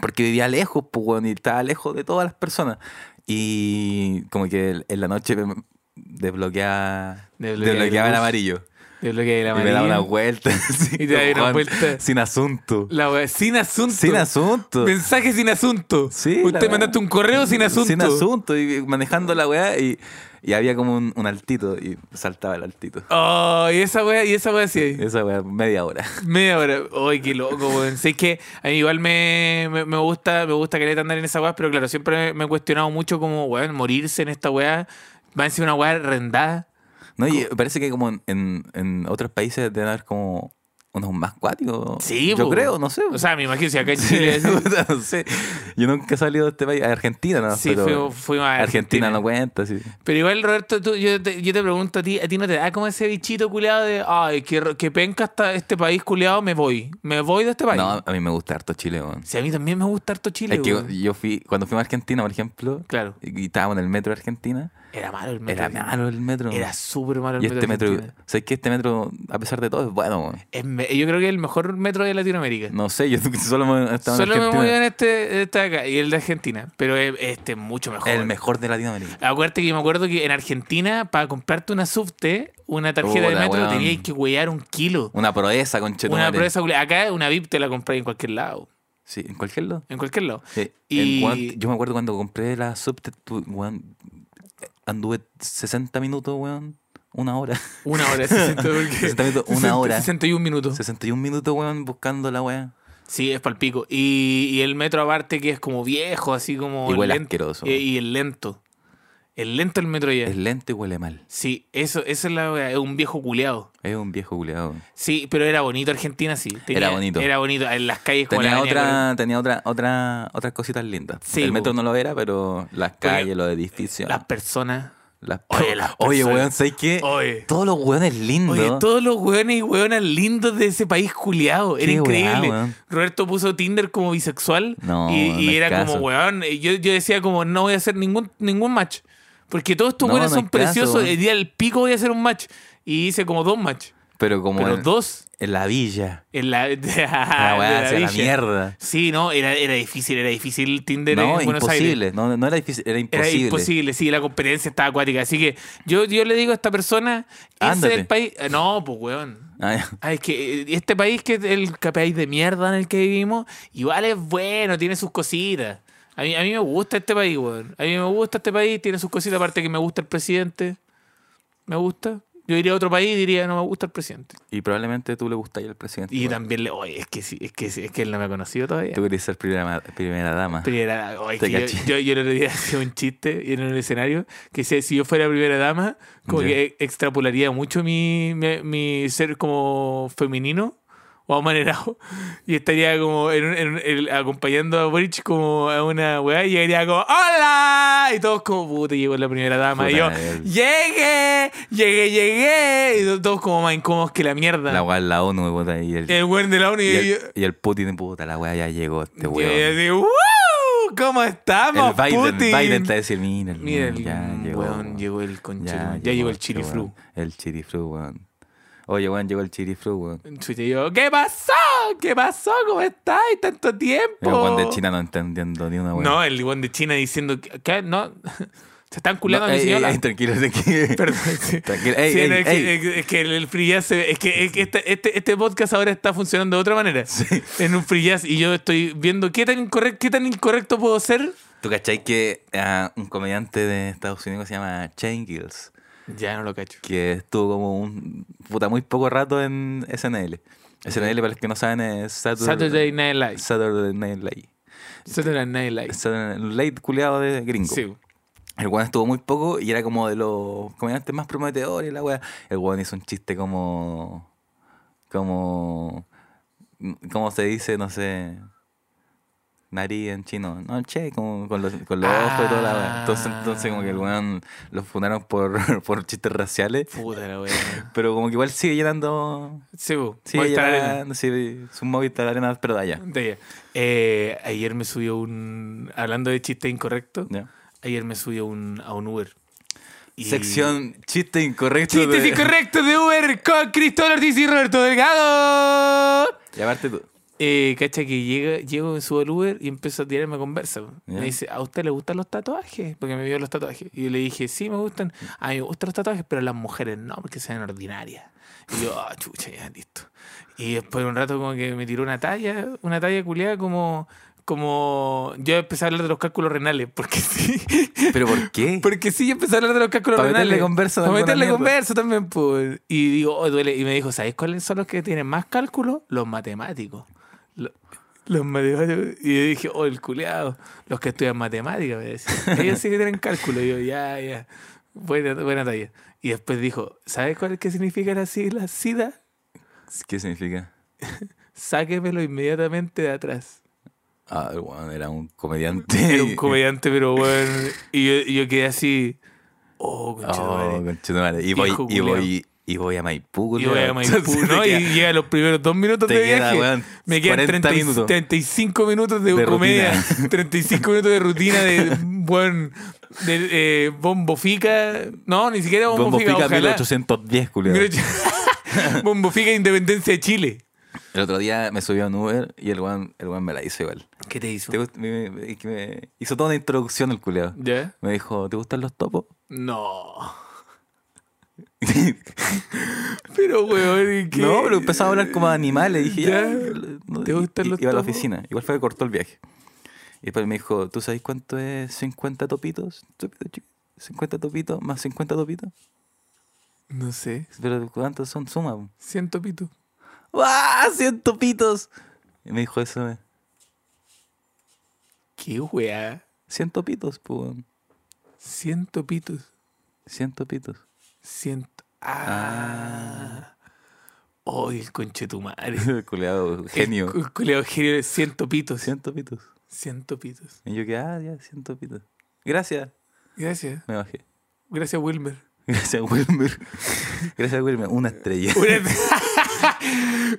[SPEAKER 3] porque vivía lejos, pues, weón, y estaba lejos de todas las personas. Y como que en la noche me- desbloqueaba,
[SPEAKER 2] Desbloqueaba el
[SPEAKER 3] desbloqueaba el
[SPEAKER 2] bus.
[SPEAKER 3] amarillo.
[SPEAKER 2] Yo creo que la
[SPEAKER 3] Y me daba una
[SPEAKER 2] amarilla-
[SPEAKER 3] vuelta. así,
[SPEAKER 2] Y te daba una
[SPEAKER 3] weón,
[SPEAKER 2] vuelta.
[SPEAKER 3] Sin asunto.
[SPEAKER 2] la wea- sin asunto.
[SPEAKER 3] Sin asunto.
[SPEAKER 2] Mensaje sin asunto.
[SPEAKER 3] Sí, la
[SPEAKER 2] Usted
[SPEAKER 3] wea.
[SPEAKER 2] mandaste un correo sin asunto.
[SPEAKER 3] Sin asunto. Y manejando la weá y, y había como un, un altito y saltaba el altito.
[SPEAKER 2] Oh, y esa wea, y esa wea sí.
[SPEAKER 3] Esa weá, media hora.
[SPEAKER 2] Media hora. Ay, qué loco, weón. Sé que a mí igual me, me, me gusta, me gusta querer andar en esa weá, pero claro, siempre me, me he cuestionado mucho como, weón, morirse en esta weá. Va a ser una weá rendada.
[SPEAKER 3] No, y parece que como en, en, en otros países deben haber como unos más cuáticos.
[SPEAKER 2] Sí,
[SPEAKER 3] Yo
[SPEAKER 2] po.
[SPEAKER 3] creo, no sé.
[SPEAKER 2] O sea, me imagino si acá en
[SPEAKER 3] Sí,
[SPEAKER 2] Chile. Sí,
[SPEAKER 3] puta, no sé. Yo nunca he salido de este país. A Argentina, ¿no?
[SPEAKER 2] sí,
[SPEAKER 3] Pero
[SPEAKER 2] fuimos, fuimos a
[SPEAKER 3] Argentina,
[SPEAKER 2] Argentina.
[SPEAKER 3] no cuenta, sí.
[SPEAKER 2] Pero igual, Roberto, tú- yo, te, yo te pregunto a ti, ¿a ti no te da como ese bichito culeado de, ay, que, que penca hasta este país culeado, me voy? ¿Me voy de este país?
[SPEAKER 3] No, a mí me gusta harto Chile, weón.
[SPEAKER 2] Si a mí también me gusta harto Chile,
[SPEAKER 3] Es que
[SPEAKER 2] weón.
[SPEAKER 3] yo fui, cuando fuimos a Argentina, por ejemplo,
[SPEAKER 2] Claro.
[SPEAKER 3] y estábamos en el metro de Argentina,
[SPEAKER 2] Era malo el metro.
[SPEAKER 3] era malo el metro.
[SPEAKER 2] Era súper malo el
[SPEAKER 3] Y este metro,
[SPEAKER 2] argentino.
[SPEAKER 3] ¿sabes que Este metro, a pesar de todo, es bueno, weón.
[SPEAKER 2] Es me- yo creo que es el mejor metro de Latinoamérica.
[SPEAKER 3] No sé, yo solo me, estaba en
[SPEAKER 2] Solo me
[SPEAKER 3] Argentina.
[SPEAKER 2] muevo en este, este de acá y el de Argentina. Pero e- este es mucho mejor.
[SPEAKER 3] El mejor de Latinoamérica.
[SPEAKER 2] Acuérdate que yo me acuerdo que en Argentina, para comprarte una subte, una tarjeta de
[SPEAKER 3] Puta,
[SPEAKER 2] metro,
[SPEAKER 3] weón.
[SPEAKER 2] tenías que huear un kilo.
[SPEAKER 3] Una proeza, conchetumare.
[SPEAKER 2] Una proeza, culia. Acá una VIP te la compráis en cualquier lado.
[SPEAKER 3] Sí, en cualquier lado.
[SPEAKER 2] En cualquier lado.
[SPEAKER 3] Sí,
[SPEAKER 2] Y-
[SPEAKER 3] en cuan- yo me acuerdo cuando compré la subte, tu- weón, anduve 60 minutos, weón, una hora.
[SPEAKER 2] Una hora, 60 porque-
[SPEAKER 3] 60 minutos, una
[SPEAKER 2] 60
[SPEAKER 3] hora.
[SPEAKER 2] 61 minutos.
[SPEAKER 3] 61 minutos, weón, buscando la weá.
[SPEAKER 2] Sí, es palpico. Y, y el metro aparte que es como viejo, así como.
[SPEAKER 3] Y huele
[SPEAKER 2] lento.
[SPEAKER 3] asqueroso.
[SPEAKER 2] Y, y el lento. Es lento el metro ya.
[SPEAKER 3] Es lento y huele mal.
[SPEAKER 2] Sí, eso, esa es la wea, es un viejo culeado.
[SPEAKER 3] Es un viejo culeado.
[SPEAKER 2] Sí, pero era bonito Argentina, sí. Tenía-
[SPEAKER 3] bonito.
[SPEAKER 2] Era bonito. En las calles como
[SPEAKER 3] Tenía
[SPEAKER 2] la Avenida
[SPEAKER 3] otra, tenía otra, otra, otras cositas lindas.
[SPEAKER 2] Sí,
[SPEAKER 3] el
[SPEAKER 2] po.
[SPEAKER 3] metro no lo era, pero las calles, los
[SPEAKER 2] Colón.
[SPEAKER 3] edificios.
[SPEAKER 2] Las personas.
[SPEAKER 3] las-
[SPEAKER 2] Oye, las
[SPEAKER 3] Oye,
[SPEAKER 2] personas.
[SPEAKER 3] weón, ¿sabes qué?
[SPEAKER 2] Oye.
[SPEAKER 3] Todos los weones lindos.
[SPEAKER 2] Oye, todos los hueones y hueonas lindos de ese país culiado. Era
[SPEAKER 3] Qué weá,
[SPEAKER 2] increíble.
[SPEAKER 3] weón.
[SPEAKER 2] Roberto puso Tinder como bisexual.
[SPEAKER 3] No,
[SPEAKER 2] y
[SPEAKER 3] no
[SPEAKER 2] y
[SPEAKER 3] hay
[SPEAKER 2] era
[SPEAKER 3] caso.
[SPEAKER 2] como, weón, eh, yo, yo decía como, no voy a hacer ningún, ningún match. Porque todos estos
[SPEAKER 3] No,
[SPEAKER 2] hueones
[SPEAKER 3] no hay
[SPEAKER 2] son
[SPEAKER 3] caso,
[SPEAKER 2] preciosos.
[SPEAKER 3] weón.
[SPEAKER 2] el día del pico voy a hacer un match. Y hice como dos match.
[SPEAKER 3] Pero como
[SPEAKER 2] pero
[SPEAKER 3] en,
[SPEAKER 2] dos
[SPEAKER 3] en la villa.
[SPEAKER 2] en la... de
[SPEAKER 3] la weá
[SPEAKER 2] la
[SPEAKER 3] hacia la
[SPEAKER 2] villa.
[SPEAKER 3] mierda.
[SPEAKER 2] Sí, no, era, era difícil, era difícil Tinder
[SPEAKER 3] No,
[SPEAKER 2] en Buenos Aires.
[SPEAKER 3] imposible. No, no era difícil, era
[SPEAKER 2] Era
[SPEAKER 3] imposible.
[SPEAKER 2] imposible, sí, la competencia estaba acuática. Así que yo, yo le digo a esta persona, irse
[SPEAKER 3] Ándate.
[SPEAKER 2] del país. eh, No, pues weón.
[SPEAKER 3] Ah, ya.
[SPEAKER 2] Ah, es que eh, este país que es el ca- país de mierda en el que vivimos, igual es bueno, tiene sus cositas. A mí, a mí me gusta este país, weón. A mí me gusta este país, tiene sus cositas, aparte que me gusta el presidente. Me gusta. Yo iría a otro país y diría, no me gusta el presidente.
[SPEAKER 3] Y probablemente tú le gustáis al presidente.
[SPEAKER 2] Y
[SPEAKER 3] weón.
[SPEAKER 2] también le, oye, es que sí, es que sí, es que él no me ha conocido todavía.
[SPEAKER 3] Tú querías ser primera, primera dama.
[SPEAKER 2] Primera- oye,
[SPEAKER 3] Te
[SPEAKER 2] que yo-
[SPEAKER 3] caché.
[SPEAKER 2] yo, yo el otro día hacía un chiste en un escenario que decía, si yo fuera primera dama, como
[SPEAKER 3] Ya.
[SPEAKER 2] que e, extrapolaría mucho mi, mi, mi ser como femenino o amanerado y estaría como en un- en un- el- acompañando a Boric como a una weá y llegaría como ¡Hola! Y todos como, puta, llegó la primera dama. y yo,
[SPEAKER 3] Puta, el-
[SPEAKER 2] ¡Llegué! ¡Llegué, llegué! Y to- todos como más incómodos que la mierda.
[SPEAKER 3] La weá en la ONU, puta, y el,
[SPEAKER 2] el weón de la ONU y,
[SPEAKER 3] y
[SPEAKER 2] Eh, yo-
[SPEAKER 3] el, y el Putin, puta, la weá ya llegó este
[SPEAKER 2] yo-
[SPEAKER 3] weón.
[SPEAKER 2] yo digo, "¡Woo! ¿Cómo
[SPEAKER 3] El
[SPEAKER 2] estamos,
[SPEAKER 3] Biden,
[SPEAKER 2] Putin?"
[SPEAKER 3] Biden te va a decir, mira, el
[SPEAKER 2] Mira,
[SPEAKER 3] weón,
[SPEAKER 2] el
[SPEAKER 3] Ah, ya llegó.
[SPEAKER 2] weón, llegó el conchero. Ya, llegó, el
[SPEAKER 3] este
[SPEAKER 2] chiriflu.
[SPEAKER 3] weón. El chiriflu, weón. Oye, weón, llegó el chiriflu, weón.
[SPEAKER 2] En Twitter yo, ¿qué pasó? ¿Qué pasó? ¿Cómo estáis? ¿Tanto tiempo?
[SPEAKER 3] El weón de China no entendiendo ni una weón.
[SPEAKER 2] Oh. No, el guan de China diciendo, que- ¿qué? No, se están
[SPEAKER 3] No,
[SPEAKER 2] culando a mi
[SPEAKER 3] ey,
[SPEAKER 2] señora.
[SPEAKER 3] ey, ey, tranquilo, tranquilo.
[SPEAKER 2] Perdón. sí.
[SPEAKER 3] Tranquilo, ey,
[SPEAKER 2] Sí,
[SPEAKER 3] ey,
[SPEAKER 2] no, es, que,
[SPEAKER 3] ey.
[SPEAKER 2] es que el free jazz se- es que, es que este, este, este podcast ahora está funcionando de otra manera. En un free jazz y yo estoy viendo qué tan incorrecto, qué tan incorrecto puedo ser.
[SPEAKER 3] ¿Tú cachai que ah, un comediante de Estados Unidos que se llama Shane Gills,
[SPEAKER 2] Ya no lo cacho.
[SPEAKER 3] que estuvo como un puta muy poco rato en SNL? SNL, para los que no saben, es Saturday,
[SPEAKER 2] Saturday Night Live.
[SPEAKER 3] Saturday Night Live.
[SPEAKER 2] Saturday Night Live.
[SPEAKER 3] Saturday Night Late culiado de gringo.
[SPEAKER 2] Sí.
[SPEAKER 3] El weón estuvo muy poco y era como de los comediantes más prometedores, la weá. El weón hizo un chiste como. como. ¿Cómo se dice? No sé. Nariz en chino. No, che, como con los, con los ojos y toda la weá. Entonces,
[SPEAKER 2] Ah.
[SPEAKER 3] entonces como que el weón lo fundaron por, por chistes raciales.
[SPEAKER 2] Puta la wea.
[SPEAKER 3] Pero como que igual sigue llenando.
[SPEAKER 2] Sí, bo.
[SPEAKER 3] Sigue
[SPEAKER 2] Movistar Arena.
[SPEAKER 3] llenando, sí, su Movistar Arena, pero de allá.
[SPEAKER 2] De allá. Eh, ayer me subió un. Hablando de chiste incorrecto,
[SPEAKER 3] Ya.
[SPEAKER 2] ayer me subió un, a un Uber. Y-
[SPEAKER 3] Sección chiste incorrecto.
[SPEAKER 2] Chistes
[SPEAKER 3] de-
[SPEAKER 2] incorrectos de Uber con Cristóbal Ortiz y Roberto Delgado.
[SPEAKER 3] Y aparte tú.
[SPEAKER 2] Eh, cacha que llega, llego, me subo al Uber y empiezo a tirarme conversa. po.
[SPEAKER 3] Ya.
[SPEAKER 2] Me dice, ¿a usted le gustan los tatuajes? Porque me vio los tatuajes. Y yo le dije, sí, me gustan. A mí me gustan los tatuajes, pero las mujeres no, porque se ven ordinarias. Y yo, ah, chucha, ya, listo. Y después de un rato como que me tiró una talla, una talla culiada como... Como yo empecé a hablar de los cálculos renales, porque sí,
[SPEAKER 3] ¿Pero por qué?
[SPEAKER 2] porque sí, yo empecé a hablar de los cálculos
[SPEAKER 3] Pa'
[SPEAKER 2] renales.
[SPEAKER 3] meterle conversa a
[SPEAKER 2] Para
[SPEAKER 3] alguna
[SPEAKER 2] meterle
[SPEAKER 3] mierda.
[SPEAKER 2] conversa también, pues. Y digo, oh, duele. Y me dijo, ¿sabes cuáles son los que tienen más cálculos? Los matemáticos. Lo- Los matemáticos. Y yo dije, oh, el culeado. Los que estudian matemáticas, me decía. Ellos sí que tienen cálculo. Y yo, ya, ya. Buena, buena talla. Y después dijo, ¿sabes cuál es que significa la sigla SIDA?
[SPEAKER 3] ¿Qué significa?
[SPEAKER 2] Sáquemelo inmediatamente de atrás.
[SPEAKER 3] Ah, el weón era un comediante.
[SPEAKER 2] Era un comediante, pero bueno. Y yo, y yo quedé así, oh, conchetumare.
[SPEAKER 3] Oh, conchetumare. Y voy,
[SPEAKER 2] Viejo
[SPEAKER 3] y
[SPEAKER 2] culiao.
[SPEAKER 3] voy, y voy a Maipú,
[SPEAKER 2] Y
[SPEAKER 3] culiao.
[SPEAKER 2] voy a Maipú,
[SPEAKER 3] Entonces
[SPEAKER 2] ¿no?
[SPEAKER 3] te
[SPEAKER 2] Y
[SPEAKER 3] queda-
[SPEAKER 2] llega los primeros dos minutos
[SPEAKER 3] te
[SPEAKER 2] de
[SPEAKER 3] queda,
[SPEAKER 2] viaje.
[SPEAKER 3] weón,
[SPEAKER 2] me quedan
[SPEAKER 3] 40
[SPEAKER 2] 30 y-
[SPEAKER 3] minutos.
[SPEAKER 2] 35 minutos de,
[SPEAKER 3] De
[SPEAKER 2] comedia.
[SPEAKER 3] rutina.
[SPEAKER 2] 35 minutos de rutina de buen de, eh, Bombo Fica. No, ni siquiera Bombo,
[SPEAKER 3] Bombo
[SPEAKER 2] Fica,
[SPEAKER 3] Fica
[SPEAKER 2] ojalá.
[SPEAKER 3] 1810, culiao.
[SPEAKER 2] Bombo Fica Independencia de Chile.
[SPEAKER 3] El otro día me subió a un Uber y el weón, el weón me la hizo igual.
[SPEAKER 2] ¿Qué te hizo?
[SPEAKER 3] ¿Te gust- me- me- es que me hizo toda una introducción el culiao.
[SPEAKER 2] ¿Ya?
[SPEAKER 3] Me dijo, ¿te gustan los topos?
[SPEAKER 2] No. Pero, weón, ¿qué?
[SPEAKER 3] No, pero empezaba a hablar como de animales. Dije, ya.
[SPEAKER 2] Ya.
[SPEAKER 3] no,
[SPEAKER 2] ¿Te
[SPEAKER 3] y-
[SPEAKER 2] gustan
[SPEAKER 3] y-
[SPEAKER 2] los
[SPEAKER 3] Iba a la
[SPEAKER 2] topos?
[SPEAKER 3] oficina. Igual fue que cortó el viaje. Y después me dijo, ¿tú sabes cuánto es 50 topitos? Topitos, chiqui- 50 topitos más 50 topitos.
[SPEAKER 2] No sé.
[SPEAKER 3] Pero ¿cuántos son? Suma.
[SPEAKER 2] Siento pito.
[SPEAKER 3] ¡Ah! 100 topitos. Y me dijo eso. eh,
[SPEAKER 2] ¿Qué weá?
[SPEAKER 3] 100 topitos, pues. weón.
[SPEAKER 2] Ciento pitos.
[SPEAKER 3] Ciento pitos.
[SPEAKER 2] Ciento. Ah. Hoy el conchetumare.
[SPEAKER 3] Culeado, genio.
[SPEAKER 2] El, culeo genio de ciento pitos.
[SPEAKER 3] Ciento pitos.
[SPEAKER 2] Ciento pitos.
[SPEAKER 3] Y yo que, ah, ya, ciento pitos. Gracias.
[SPEAKER 2] Gracias.
[SPEAKER 3] Me bajé.
[SPEAKER 2] Gracias, Wilmer.
[SPEAKER 3] Gracias, Wilmer. Gracias, Wilmer. Una estrella.
[SPEAKER 2] Una-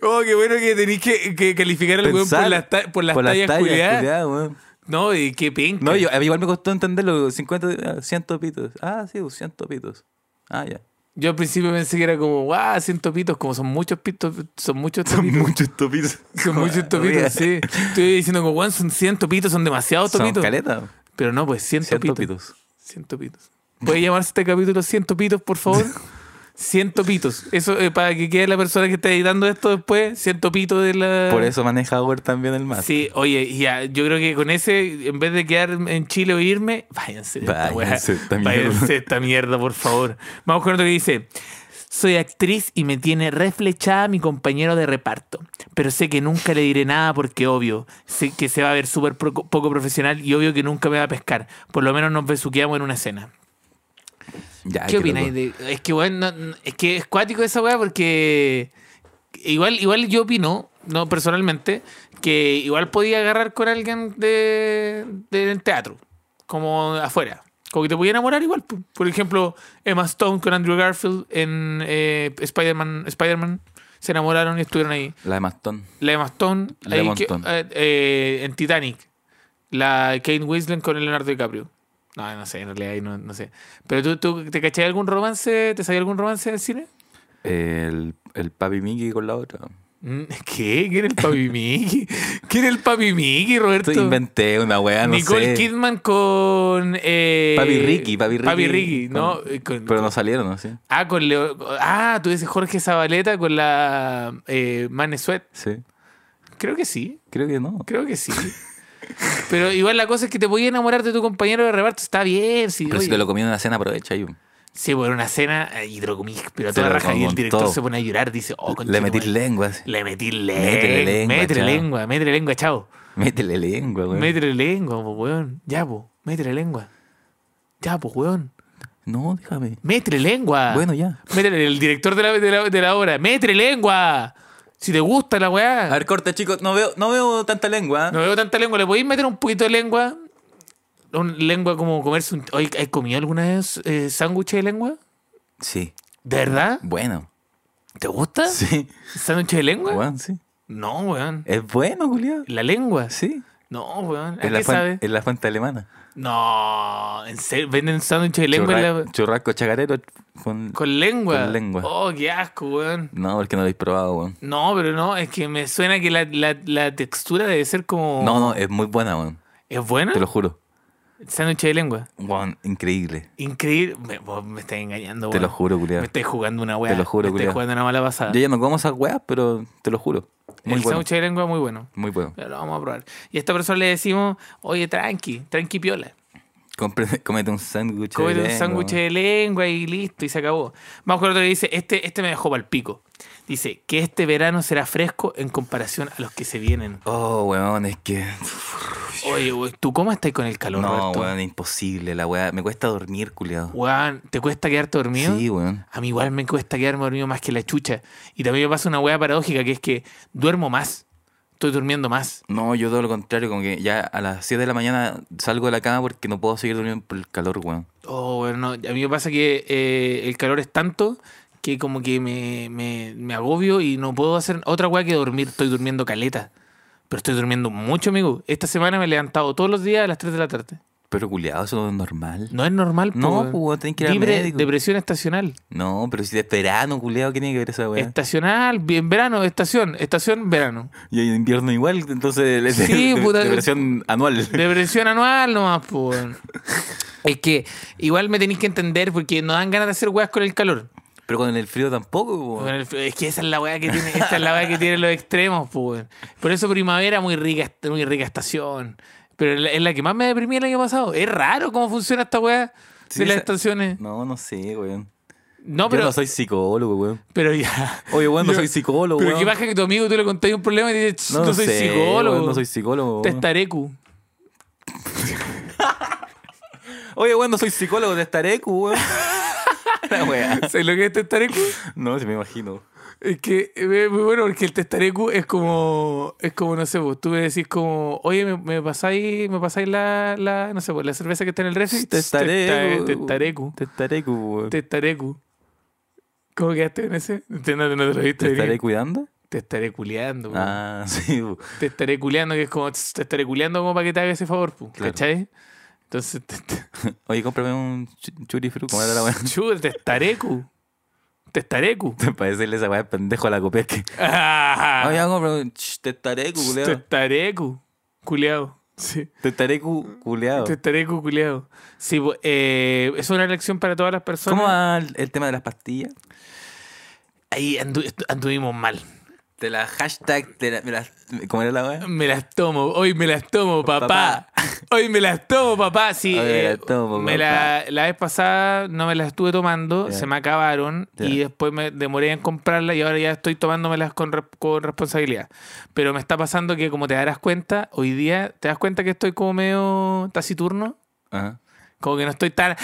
[SPEAKER 2] oh, qué bueno que tenéis que, que calificar al weón por
[SPEAKER 3] Pensar
[SPEAKER 2] las, ta- por las tallas culiadas.
[SPEAKER 3] culiado, weón.
[SPEAKER 2] No, y qué penca.
[SPEAKER 3] No, yo, igual me costó entenderlo. 50, ah, 100 pitos. Ah, sí, 100 pitos. Ah, ya.
[SPEAKER 2] Yo al principio pensé que era como, guau, ciento pitos, como son muchos pitos, son muchos
[SPEAKER 3] Son
[SPEAKER 2] topitos.
[SPEAKER 3] muchos topitos.
[SPEAKER 2] Son muchos topitos, sí. Estoy diciendo como, weón, son 100 topitos, son demasiados
[SPEAKER 3] Son
[SPEAKER 2] topitos.
[SPEAKER 3] caleta.
[SPEAKER 2] Pero no, pues 100
[SPEAKER 3] 100
[SPEAKER 2] topitos.
[SPEAKER 3] pitos.
[SPEAKER 2] 100 topitos. ¿Puede llamarse este capítulo 100 topitos, por favor? 100 topitos. Eso, eh, para que quede la persona que está editando esto después, 100 topitos de la...
[SPEAKER 3] Por eso maneja Uber también el más.
[SPEAKER 2] Sí, oye, y ya, yo creo que con ese, en vez de quedar en Chile o irme, váyanse. de esta weá.
[SPEAKER 3] Váyanse esta mierda.
[SPEAKER 2] váyanse de esta mierda, por favor. Vamos con otro que dice. Soy actriz y me tiene reflechada mi compañero de reparto. Pero sé que nunca le diré nada porque obvio, sé que se va a ver súper pro- poco profesional y obvio que nunca me va a pescar. Por lo menos nos besuqueamos en una cena.
[SPEAKER 3] Ya,
[SPEAKER 2] ¿Qué
[SPEAKER 3] qué
[SPEAKER 2] opináis
[SPEAKER 3] loco.
[SPEAKER 2] de.? Es que, weón, no- no- es que es cuático esa weá porque. Igual, igual yo opino, no personalmente, que igual podía agarrar con alguien de, de- del teatro, como afuera. Como que te podía enamorar igual. po. Por ejemplo, Emma Stone con Andrew Garfield en eh, Spider-Man. Spider-Man se enamoraron y estuvieron ahí.
[SPEAKER 3] La de Mastón.
[SPEAKER 2] La Emma Stone
[SPEAKER 3] La
[SPEAKER 2] ahí
[SPEAKER 3] Emma
[SPEAKER 2] que-
[SPEAKER 3] Stone.
[SPEAKER 2] eh, eh, en Titanic. La Kate Winslet con el Leonardo DiCaprio. No, no sé, en realidad ahí no, no sé. ¿Pero tú, tú te cachai algún romance? ¿Te salió algún romance del cine?
[SPEAKER 3] El, el papi Mickey con la otra.
[SPEAKER 2] Mm, ¿Qué? ¿Quién era el Papi Miki? ¿Quién era el Papi Miki, Roberto?
[SPEAKER 3] Te inventé una weá, no
[SPEAKER 2] Nicole
[SPEAKER 3] sé.
[SPEAKER 2] Kidman con... eh,
[SPEAKER 3] Papi Ricky, papi Ricky.
[SPEAKER 2] Papi Ricky, ¿no?
[SPEAKER 3] Con-
[SPEAKER 2] Eh, con-
[SPEAKER 3] Pero no salieron, ¿sí?
[SPEAKER 2] Ah, con Leo... Ah, tú dices Jorge Zabaleta con la eh, Mane Sweat.
[SPEAKER 3] Sí.
[SPEAKER 2] Creo que sí.
[SPEAKER 3] Creo que no.
[SPEAKER 2] Creo que sí. Pero igual la cosa es que te podías enamorar de tu compañero de reparto. Está bien. Sí,
[SPEAKER 3] Pero si
[SPEAKER 2] oye.
[SPEAKER 3] te lo comí en una cena, aprovecha. yo.
[SPEAKER 2] Sí, bueno, una cena eh, y te lo comís, pero a
[SPEAKER 3] Se
[SPEAKER 2] toda
[SPEAKER 3] lo
[SPEAKER 2] raja. Y el
[SPEAKER 3] contó.
[SPEAKER 2] director se pone a llorar. Dice, oh,
[SPEAKER 3] Le
[SPEAKER 2] conchetumare.
[SPEAKER 3] metí lengua, así.
[SPEAKER 2] Le metí
[SPEAKER 3] Métele
[SPEAKER 2] lengua.
[SPEAKER 3] lengua,
[SPEAKER 2] Métele
[SPEAKER 3] chao.
[SPEAKER 2] lengua. Métele lengua, chao.
[SPEAKER 3] Métele lengua, weón.
[SPEAKER 2] Métele lengua, po, weón. Ya, po. Métele lengua. Ya, po, weón.
[SPEAKER 3] No, déjame.
[SPEAKER 2] Métele lengua.
[SPEAKER 3] Bueno, ya.
[SPEAKER 2] Métele, el director de la, de la, de la obra. Métele lengua. Si te gusta la weá.
[SPEAKER 3] A ver, corta, chicos. No veo, no veo tanta lengua.
[SPEAKER 2] No veo tanta lengua. ¿ah? ¿Le podéis meter un poquito de lengua? Un lengua como comerse un... Oye, ¿Has comido alguna vez eh, sándwich de lengua?
[SPEAKER 3] Sí.
[SPEAKER 2] ¿De verdad?
[SPEAKER 3] Bueno.
[SPEAKER 2] ¿Te gusta?
[SPEAKER 3] Sí.
[SPEAKER 2] ¿Sándwich de lengua?
[SPEAKER 3] Bueno, sí.
[SPEAKER 2] No, weón.
[SPEAKER 3] Es bueno, Julián.
[SPEAKER 2] ¿La lengua?
[SPEAKER 3] Sí.
[SPEAKER 2] No, weón. ¿A
[SPEAKER 3] Es la,
[SPEAKER 2] qué
[SPEAKER 3] fuente,
[SPEAKER 2] sabe?
[SPEAKER 3] es la fuente alemana.
[SPEAKER 2] No, ¿en serio? ¿Venden sándwich de lengua en
[SPEAKER 3] Churra-
[SPEAKER 2] la-
[SPEAKER 3] Churrasco chacarero con...
[SPEAKER 2] con lengua?
[SPEAKER 3] Con lengua.
[SPEAKER 2] Oh, qué asco, weón.
[SPEAKER 3] No, porque no lo habéis probado, weón.
[SPEAKER 2] No, pero no, es que me suena que la, la- la textura debe ser como...
[SPEAKER 3] No, no, es muy buena, weón.
[SPEAKER 2] ¿Es buena?
[SPEAKER 3] Te lo juro.
[SPEAKER 2] Sándwich de lengua.
[SPEAKER 3] Weón, increíble.
[SPEAKER 2] Increíble. Me, vos me estás engañando,
[SPEAKER 3] Te lo
[SPEAKER 2] weón.
[SPEAKER 3] juro,
[SPEAKER 2] Me
[SPEAKER 3] Julián.
[SPEAKER 2] estáis jugando una weá.
[SPEAKER 3] Te lo juro,
[SPEAKER 2] Me estáis
[SPEAKER 3] culiao.
[SPEAKER 2] jugando una mala pasada.
[SPEAKER 3] Yo ya no como esas weas, pero te lo juro. Muy
[SPEAKER 2] Ah. el
[SPEAKER 3] bueno.
[SPEAKER 2] sándwich de lengua es muy bueno.
[SPEAKER 3] Muy bueno.
[SPEAKER 2] Lo vamos a probar. Y a esta persona le decimos, oye, tranqui, tranqui piola.
[SPEAKER 3] Compre- cómete un sándwich. de
[SPEAKER 2] Cómete un
[SPEAKER 3] lengua,
[SPEAKER 2] sándwich
[SPEAKER 3] weón.
[SPEAKER 2] de lengua y listo, y se acabó. Vamos con otro que dice, este, este me dejó pal pico. Dice, que este verano será fresco en comparación a los que se vienen.
[SPEAKER 3] Oh, weón, es que.
[SPEAKER 2] Oye, we- ¿tú cómo estás con el calor,
[SPEAKER 3] No,
[SPEAKER 2] Roberto?
[SPEAKER 3] weón, imposible. La wea. Me cuesta dormir, culiado.
[SPEAKER 2] Weón, ¿te cuesta quedarte dormido?
[SPEAKER 3] Sí, weón.
[SPEAKER 2] A mí igual me cuesta quedarme dormido más que la chucha. Y también me pasa una weá paradójica, que es que duermo más. Estoy durmiendo más.
[SPEAKER 3] No, yo todo lo contrario, como que ya a las 7 de la mañana salgo de la cama porque no puedo seguir durmiendo por el calor, weón.
[SPEAKER 2] Oh, bueno, no, a mí me pasa que eh, el calor es tanto que como que me, me- me agobio y no puedo hacer otra weá que dormir. Estoy durmiendo caleta. Pero estoy durmiendo mucho, amigo. Esta semana me he levantado todos los días a las 3 de la tarde.
[SPEAKER 3] Pero culiado, eso no es normal.
[SPEAKER 2] No es normal, po,
[SPEAKER 3] No,
[SPEAKER 2] weón.
[SPEAKER 3] po, weón, tenés que ir al
[SPEAKER 2] Libre-
[SPEAKER 3] médico.
[SPEAKER 2] depresión estacional.
[SPEAKER 3] No, pero si es verano, culiado, ¿qué tiene que ver esa weá?
[SPEAKER 2] Estacional, bien verano, estación, estación, verano.
[SPEAKER 3] Y hay invierno igual, entonces es
[SPEAKER 2] Sí,
[SPEAKER 3] de-
[SPEAKER 2] puta.
[SPEAKER 3] depresión anual.
[SPEAKER 2] Depresión anual nomás, po. weón. Es que igual me tenéis que entender porque no dan ganas de hacer weas con el calor.
[SPEAKER 3] Pero con el frío tampoco, weón.
[SPEAKER 2] Con el frío. es que esa es la weá que tiene, esa es la weá que tiene los extremos, pues. weón. Por eso primavera muy rica, muy rica estación. Pero es la- es la que más me deprimí el año pasado. Es raro cómo funciona esta weá
[SPEAKER 3] Sí,
[SPEAKER 2] de las
[SPEAKER 3] esa-
[SPEAKER 2] estaciones.
[SPEAKER 3] No, no sé, weón.
[SPEAKER 2] No,
[SPEAKER 3] Yo
[SPEAKER 2] pero,
[SPEAKER 3] no soy psicólogo, weón.
[SPEAKER 2] pero ya.
[SPEAKER 3] Oye, weón, no
[SPEAKER 2] Yo-
[SPEAKER 3] soy psicólogo,
[SPEAKER 2] Pero
[SPEAKER 3] weón.
[SPEAKER 2] qué pasa que tu amigo tú le contáis un problema y te dices, no,
[SPEAKER 3] no
[SPEAKER 2] soy
[SPEAKER 3] sé,
[SPEAKER 2] psicólogo.
[SPEAKER 3] weón, no soy psicólogo. weón.
[SPEAKER 2] Testarecu.
[SPEAKER 3] Oye, bueno, soy psicólogo de Stareku, weón. La wea.
[SPEAKER 2] ¿Sabes lo que es testarecu?
[SPEAKER 3] No, se me imagino.
[SPEAKER 2] Es que es muy bueno porque el testarecu es como, es como, no sé, vos, tú me decís como, oye, me, me pasáis, me pasáis la, la, no sé, pues, la cerveza que está en el refri.
[SPEAKER 3] Testarecu.
[SPEAKER 2] Testa- eh, Testarecu.
[SPEAKER 3] Testarecu, weón.
[SPEAKER 2] Testarecu. ¿Cómo quedaste en ese? No te, no te- no te lo viste
[SPEAKER 3] ¿Te
[SPEAKER 2] venir.
[SPEAKER 3] estaré cuidando?
[SPEAKER 2] Te estaré culeando, weón.
[SPEAKER 3] Ah, sí. bu.
[SPEAKER 2] Te estaré culeando, que es como, "Tss, te estaré culeando como para que te haga ese favor, pu,
[SPEAKER 3] Claro.
[SPEAKER 2] ¿cachai? Entonces, te, te,
[SPEAKER 3] Oye, cómprame un chu- churifru. ¿Cómo era la wea?
[SPEAKER 2] Chu, el testarecu. Testarecu.
[SPEAKER 3] Para decirle esa weá de pendejo a la copeque.
[SPEAKER 2] Ah,
[SPEAKER 3] Oye, cómprame un ch- testarecu, culeado.
[SPEAKER 2] testarecu. Culeado. Sí.
[SPEAKER 3] Testarecu, culeado.
[SPEAKER 2] Testarecu, culeado. Sí, po, eh, es una lección para todas las personas.
[SPEAKER 3] ¿Cómo va el el tema de las pastillas?
[SPEAKER 2] Ahí andu- estu- anduvimos mal.
[SPEAKER 3] De la hashtag, de la, de las- ¿cómo era la weá?
[SPEAKER 2] Me las tomo, hoy me las tomo, papá.
[SPEAKER 3] Papá.
[SPEAKER 2] Hoy me las tomo, papá. Sí,
[SPEAKER 3] Hoy me
[SPEAKER 2] eh,
[SPEAKER 3] las tomo,
[SPEAKER 2] me la,
[SPEAKER 3] papá.
[SPEAKER 2] la vez pasada no me las estuve tomando,
[SPEAKER 3] Ya.
[SPEAKER 2] se me acabaron
[SPEAKER 3] Ya.
[SPEAKER 2] y después me demoré en comprarlas y ahora ya estoy tomándomelas con, re- con responsabilidad. Pero me está pasando que, como te darás cuenta, hoy día te das cuenta que estoy como medio taciturno,
[SPEAKER 3] Ajá.
[SPEAKER 2] como que no estoy tan.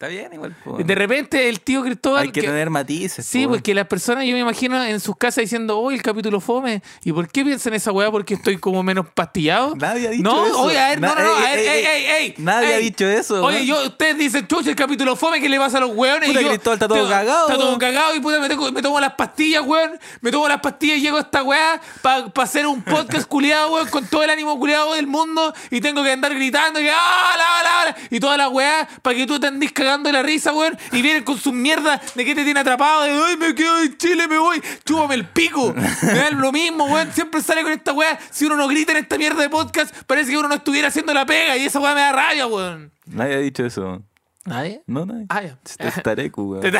[SPEAKER 3] Está bien, igual. po.
[SPEAKER 2] De repente, el tío Cristóbal.
[SPEAKER 3] Hay que,
[SPEAKER 2] que-
[SPEAKER 3] tener matices.
[SPEAKER 2] Sí,
[SPEAKER 3] po.
[SPEAKER 2] pues que las personas, yo me imagino en sus casas diciendo, hoy el capítulo fome. ¿Y por qué piensan esa weá? Porque estoy como menos pastillado.
[SPEAKER 3] Nadie ha dicho
[SPEAKER 2] no,
[SPEAKER 3] eso.
[SPEAKER 2] Oye, a ver, no,
[SPEAKER 3] Na- eh,
[SPEAKER 2] no, no,
[SPEAKER 3] ey,
[SPEAKER 2] a ver,
[SPEAKER 3] ey,
[SPEAKER 2] ey, ey,
[SPEAKER 3] ey.
[SPEAKER 2] ey.
[SPEAKER 3] Nadie ha
[SPEAKER 2] ey.
[SPEAKER 3] dicho eso,
[SPEAKER 2] Oye,
[SPEAKER 3] weón.
[SPEAKER 2] yo, ustedes dicen, chucha, el capítulo fome, ¿qué le pasa a los weones?
[SPEAKER 3] Puta,
[SPEAKER 2] Y yo,
[SPEAKER 3] Cristóbal, está todo
[SPEAKER 2] tengo-
[SPEAKER 3] cagado,
[SPEAKER 2] Está todo
[SPEAKER 3] weón.
[SPEAKER 2] cagado y puta, me, tengo- me tomo las pastillas, weón. Me tomo las pastillas y llego a esta weá para hacer un podcast culiado, weón, con todo el ánimo culiado del mundo y tengo que andar gritando y que, ¡ah, la, la, la! Y toda la weá para que tú te andís cagando la risa, weón. Y vienen con sus mierdas de que te tiene atrapado, de, ¡ay, me quedo en Chile, me voy! ¡Chúpame el pico! Me da lo mismo, weón. Siempre sale con esta weá. Si uno no grita en esta mierda de podcast, parece que uno no estuviera haciendo la pega y esa weá me da rabia, weón.
[SPEAKER 3] Nadie ha dicho eso.
[SPEAKER 2] ¿Nadie?
[SPEAKER 3] No, nadie.
[SPEAKER 2] Ah, ya.
[SPEAKER 3] Testarecu, weón.
[SPEAKER 2] Te-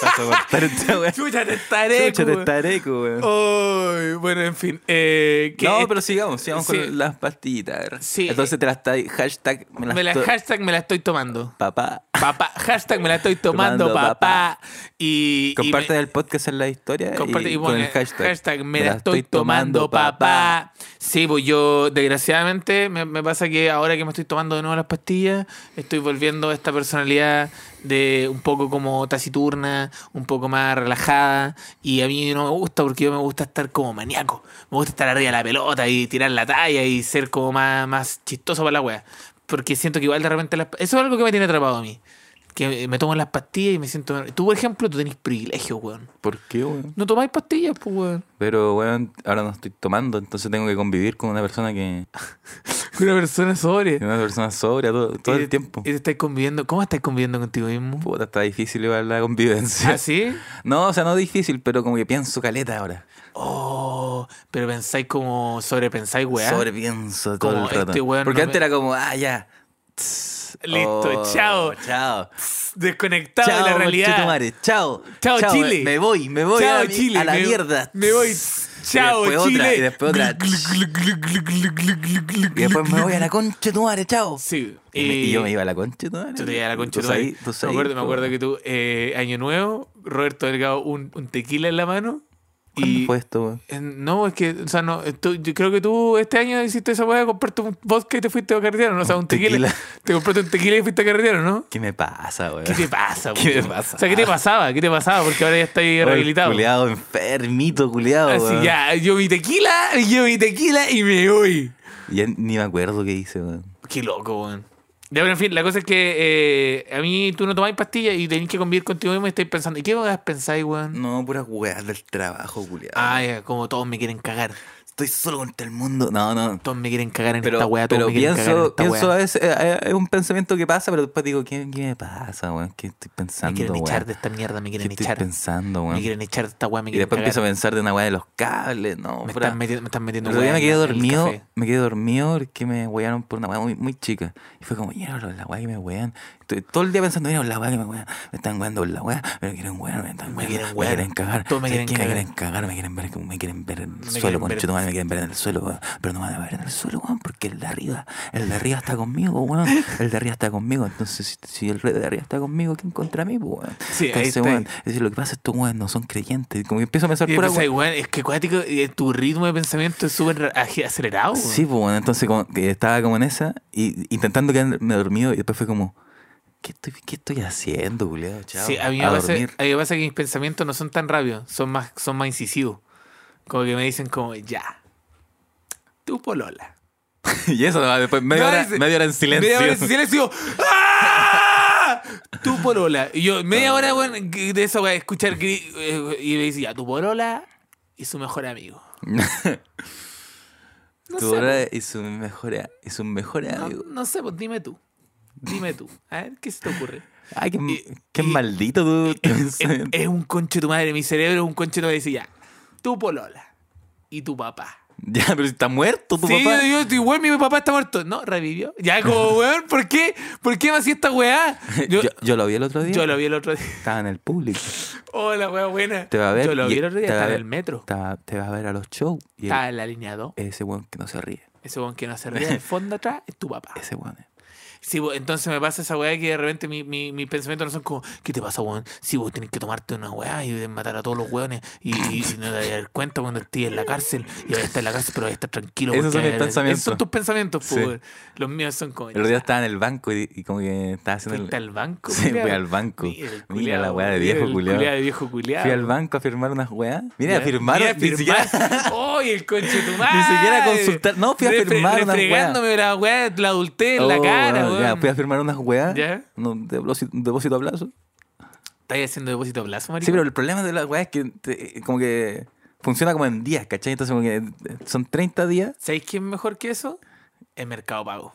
[SPEAKER 3] Vas a cortar esta weá.
[SPEAKER 2] Chucha, te estaré.
[SPEAKER 3] Chucha, testarecu, weón.
[SPEAKER 2] Ay, bueno, en fin. eh, que-
[SPEAKER 3] No, pero sigamos, sigamos
[SPEAKER 2] Sí.
[SPEAKER 3] con las pastillitas.
[SPEAKER 2] Sí.
[SPEAKER 3] Entonces te las está hashtag me las
[SPEAKER 2] me la,
[SPEAKER 3] to-
[SPEAKER 2] hashtag me la estoy tomando.
[SPEAKER 3] papá.
[SPEAKER 2] Papá, hashtag me la estoy tomando,
[SPEAKER 3] Tomando,
[SPEAKER 2] papá. Y, y
[SPEAKER 3] Comparte
[SPEAKER 2] me-
[SPEAKER 3] el podcast en la historia
[SPEAKER 2] comparte-
[SPEAKER 3] y,
[SPEAKER 2] eh, y
[SPEAKER 3] con
[SPEAKER 2] pone
[SPEAKER 3] el hashtag.
[SPEAKER 2] me, la estoy tomando, papá. Sí, pues yo, desgraciadamente, me, me pasa que ahora que me estoy tomando de nuevo las pastillas, estoy volviendo a esta personalidad de un poco como taciturna, un poco más relajada. Y a mí no me gusta porque yo me gusta estar como maníaco. Me gusta estar arriba de la pelota y tirar la talla y ser como más, más chistoso para la wea. Porque siento que igual de repente las- Eso es algo que me tiene atrapado a mí. Que me tomo las pastillas y me siento... Tú, por ejemplo, tú tenés privilegio, weón.
[SPEAKER 3] ¿Por qué, weón?
[SPEAKER 2] No tomáis pastillas, pues, weón.
[SPEAKER 3] Pero, weón, ahora no estoy tomando, entonces tengo que convivir con una persona que.
[SPEAKER 2] Una persona sobria.
[SPEAKER 3] Una persona sobria todo, todo
[SPEAKER 2] Y-
[SPEAKER 3] el tiempo.
[SPEAKER 2] Y te estáis conviviendo. ¿Cómo estáis conviviendo contigo mismo?
[SPEAKER 3] Puta, está difícil igual la convivencia.
[SPEAKER 2] ¿Ah, sí?
[SPEAKER 3] No, o sea, no difícil, pero como que pienso caleta ahora.
[SPEAKER 2] Oh, pero pensáis como sobrepensáis, weá.
[SPEAKER 3] Sobrepienso todo
[SPEAKER 2] Como
[SPEAKER 3] el rato.
[SPEAKER 2] este weón
[SPEAKER 3] Porque
[SPEAKER 2] no
[SPEAKER 3] antes
[SPEAKER 2] me-
[SPEAKER 3] era como, ah, ya. Tss,
[SPEAKER 2] Listo, chao.
[SPEAKER 3] Chao.
[SPEAKER 2] Desconectado
[SPEAKER 3] Oh. chao,
[SPEAKER 2] de la realidad.
[SPEAKER 3] conchetumare, Chao.
[SPEAKER 2] Chao, Chile.
[SPEAKER 3] Me voy, me voy
[SPEAKER 2] Chao,
[SPEAKER 3] a, mi-
[SPEAKER 2] Chile.
[SPEAKER 3] a la
[SPEAKER 2] me-
[SPEAKER 3] mierda.
[SPEAKER 2] Me voy. Chao,
[SPEAKER 3] después
[SPEAKER 2] Chile.
[SPEAKER 3] otra, y después otra. Y después me voy a la concha de tu madre, chao.
[SPEAKER 2] Sí.
[SPEAKER 3] Y, me- y yo me iba a la concha de tu madre.
[SPEAKER 2] Yo te iba a la concha
[SPEAKER 3] Tú
[SPEAKER 2] de tu
[SPEAKER 3] sabí-
[SPEAKER 2] madre.
[SPEAKER 3] tú
[SPEAKER 2] me
[SPEAKER 3] sabí,
[SPEAKER 2] acuerdo, me
[SPEAKER 3] po.
[SPEAKER 2] acuerdo que tú, eh, año nuevo, Roberto Delgado, un, un tequila en la mano.
[SPEAKER 3] ¿Cuándo
[SPEAKER 2] Y
[SPEAKER 3] fue esto, weón?
[SPEAKER 2] Eh, No, es que, o sea, no, eh, tú- yo creo que tú este año hiciste esa weá, compraste un vodka y te fuiste a carretear, ¿no? O sea, un
[SPEAKER 3] Un
[SPEAKER 2] tequila.
[SPEAKER 3] tequila.
[SPEAKER 2] Te compraste un tequila y fuiste a carretear, ¿no?
[SPEAKER 3] ¿Qué me pasa, weón?
[SPEAKER 2] ¿Qué te pasa,
[SPEAKER 3] ¿Qué
[SPEAKER 2] weón?
[SPEAKER 3] me pasa?
[SPEAKER 2] O sea, ¿qué te pasaba? ¿Qué te pasaba? Porque ahora ya estás rehabilitado.
[SPEAKER 3] Culeado, enfermito, culeado,
[SPEAKER 2] Así
[SPEAKER 3] weón.
[SPEAKER 2] ya, yo mi tequila, yo mi tequila y me voy.
[SPEAKER 3] Ya ni me acuerdo qué hice, weón.
[SPEAKER 2] Qué loco, weón. Ya, pero en fin, la cosa es que eh, a mí tú no tomáis pastillas y tenés que convivir contigo mismo y estáis pensando, ¿y qué weas pensáis, weón?
[SPEAKER 3] No, puras weas del trabajo, culeado.
[SPEAKER 2] Ay, como todos me quieren cagar.
[SPEAKER 3] Estoy solo contra el mundo. No, no.
[SPEAKER 2] Todos me quieren cagar en
[SPEAKER 3] Pero,
[SPEAKER 2] esta weá, todos
[SPEAKER 3] pero
[SPEAKER 2] me quieren cagar en
[SPEAKER 3] pienso,
[SPEAKER 2] esta weá.
[SPEAKER 3] pienso a veces, eh, eh, es un pensamiento que pasa, pero después digo, ¿qué, qué me pasa, weón? ¿Qué estoy
[SPEAKER 2] Me
[SPEAKER 3] pensando,
[SPEAKER 2] quieren echar de
[SPEAKER 3] weón?
[SPEAKER 2] esta mierda, me
[SPEAKER 3] ¿Qué
[SPEAKER 2] quieren
[SPEAKER 3] estoy
[SPEAKER 2] echar.
[SPEAKER 3] pensando,
[SPEAKER 2] Me
[SPEAKER 3] weón?
[SPEAKER 2] quieren echar de esta weá, me
[SPEAKER 3] Y
[SPEAKER 2] quieren
[SPEAKER 3] después empiezo a
[SPEAKER 2] cagar.
[SPEAKER 3] pensar de una weá de los cables, no,
[SPEAKER 2] me,
[SPEAKER 3] pura-
[SPEAKER 2] están metiendo, me están metiendo
[SPEAKER 3] El otro día
[SPEAKER 2] weá
[SPEAKER 3] me quedé
[SPEAKER 2] en la- en el
[SPEAKER 3] dormido,
[SPEAKER 2] café.
[SPEAKER 3] me quedé dormido porque me huearon por una hueá muy, muy chica. Y fue como, mierda, la hueá que me huean. Estoy todo el día pensando, mira, la weá que me weá, me están weando por la weá, me quieren weá, me están
[SPEAKER 2] Me
[SPEAKER 3] weando,
[SPEAKER 2] quieren
[SPEAKER 3] me
[SPEAKER 2] wear.
[SPEAKER 3] quieren cagar,
[SPEAKER 2] Todos me
[SPEAKER 3] ¿sabes
[SPEAKER 2] quieren
[SPEAKER 3] qué?
[SPEAKER 2] cagar.
[SPEAKER 3] quieren cagar, me quieren ver, me quieren ver en el
[SPEAKER 2] Me
[SPEAKER 3] suelo,
[SPEAKER 2] quieren ver.
[SPEAKER 3] conchetumare, me quieren ver en el suelo, weón. pero no me van a ver en el suelo, weón, porque el de arriba, el de arriba está conmigo, weón, el de arriba está conmigo, entonces si, si el de arriba está conmigo, ¿quién contra mí, pues, weón?
[SPEAKER 2] Sí, ahí
[SPEAKER 3] Entonces,
[SPEAKER 2] está.
[SPEAKER 3] weón, es decir, lo que pasa es que estos weones no son creyentes, como que empiezo a pensar
[SPEAKER 2] Y
[SPEAKER 3] pura
[SPEAKER 2] empezáis, weón, es que cuático, eh, tu ritmo de pensamiento es súper ag- acelerado. weón.
[SPEAKER 3] Sí, pues bueno, entonces como que estaba como en esa, y intentando quedarme dormido, y después fue como, ¿qué estoy, qué estoy haciendo, culiao? Chao,
[SPEAKER 2] Sí, a mí, me
[SPEAKER 3] a
[SPEAKER 2] pasa, a mí
[SPEAKER 3] dormir.
[SPEAKER 2] me pasa que mis pensamientos no son tan rápidos, son más, son más incisivos. Como que me dicen como, ya, tu polola.
[SPEAKER 3] y eso, ¿no? después media,
[SPEAKER 2] No,
[SPEAKER 3] hora,
[SPEAKER 2] dice-
[SPEAKER 3] media hora en silencio.
[SPEAKER 2] Media hora en silencio. ¡Ah! Tu polola. Y yo, media hora, weón, de eso voy a escuchar gri- eh, y me dice, ya, tu polola y su mejor amigo. No
[SPEAKER 3] tu
[SPEAKER 2] sé,
[SPEAKER 3] hora y su mejor, a- y su mejor
[SPEAKER 2] No,
[SPEAKER 3] amigo.
[SPEAKER 2] no sé, pues dime tú. Dime tú. A ver, ¿qué se te ocurre?
[SPEAKER 3] Ay, qué,
[SPEAKER 2] y-
[SPEAKER 3] qué
[SPEAKER 2] y-
[SPEAKER 3] maldito tú. tú
[SPEAKER 2] Es, es-
[SPEAKER 3] pensamiento.
[SPEAKER 2] es un conche tu madre. Mi cerebro es un conche tu madre. Dice, ya, tu polola y tu papá.
[SPEAKER 3] ya, pero si está muerto tu
[SPEAKER 2] sí,
[SPEAKER 3] papá.
[SPEAKER 2] yo, yo estoy, weón, mi papá está muerto. No, revivió. Ya, como, weón, ¿por qué? ¿Por qué me hacía esta weá?
[SPEAKER 3] Yo,
[SPEAKER 2] Yo,
[SPEAKER 3] yo lo vi el otro día.
[SPEAKER 2] yo lo vi el otro día.
[SPEAKER 3] Estaba en el público.
[SPEAKER 2] Hola, weá, buena.
[SPEAKER 3] Te va a ver.
[SPEAKER 2] Yo lo
[SPEAKER 3] y-
[SPEAKER 2] vi el otro día,
[SPEAKER 3] te va a
[SPEAKER 2] estaba en
[SPEAKER 3] ver-
[SPEAKER 2] el metro.
[SPEAKER 3] Estaba- te va a ver a los shows. Y el-
[SPEAKER 2] Estaba en la línea 2.
[SPEAKER 3] ese weón que no se ríe.
[SPEAKER 2] Ese weón que no se ríe del fondo atrás es tu papá.
[SPEAKER 3] Ese weón.
[SPEAKER 2] Sí, bo- entonces me pasa esa weá que de repente mi, mi- mis pensamientos no son como, ¿qué te pasa, weón? Si vos tenés que tomarte una weá y matar a todos los weones y, y- y no te vas a dar cuenta cuando estés en la cárcel y vas a estar en la cárcel, pero vas a estar tranquilo. porque
[SPEAKER 3] Esos son mis
[SPEAKER 2] vas a-
[SPEAKER 3] pensamientos.
[SPEAKER 2] Esos son tus pensamientos, po,
[SPEAKER 3] Sí.
[SPEAKER 2] weón. Los míos son como.
[SPEAKER 3] El otro día estaba en el banco y, y como que estaba haciendo el-
[SPEAKER 2] ¿Fuiste al banco?
[SPEAKER 3] Sí,
[SPEAKER 2] culiao?
[SPEAKER 3] fui al banco.
[SPEAKER 2] Mira, el
[SPEAKER 3] Mira la
[SPEAKER 2] culiao,
[SPEAKER 3] weá de
[SPEAKER 2] mira
[SPEAKER 3] viejo
[SPEAKER 2] el
[SPEAKER 3] culiao.
[SPEAKER 2] culiao de viejo culiao.
[SPEAKER 3] Fui al banco a firmar unas weas. Mira,
[SPEAKER 2] Ya,
[SPEAKER 3] firmaron,
[SPEAKER 2] mira,
[SPEAKER 3] ni siquiera.
[SPEAKER 2] firmar. ¡Ay, el conche tu madre!
[SPEAKER 3] Ni siquiera consultar. No, fui a
[SPEAKER 2] Refre-
[SPEAKER 3] firmar una
[SPEAKER 2] refregándome la weá, la adulté en la
[SPEAKER 3] Oh,
[SPEAKER 2] cara,
[SPEAKER 3] bueno, ya,
[SPEAKER 2] weón.
[SPEAKER 3] fui a firmar unas weas.
[SPEAKER 2] Ya.
[SPEAKER 3] No, depósito, depósito a plazo.
[SPEAKER 2] ¿Estás haciendo depósito a plazo, maricón?
[SPEAKER 3] Sí, pero el problema de las weas es que te- como que funciona como en días, ¿cachai? Entonces como que eh, son 30 días.
[SPEAKER 2] ¿Sabéis quién es mejor que eso? El Mercado Pago.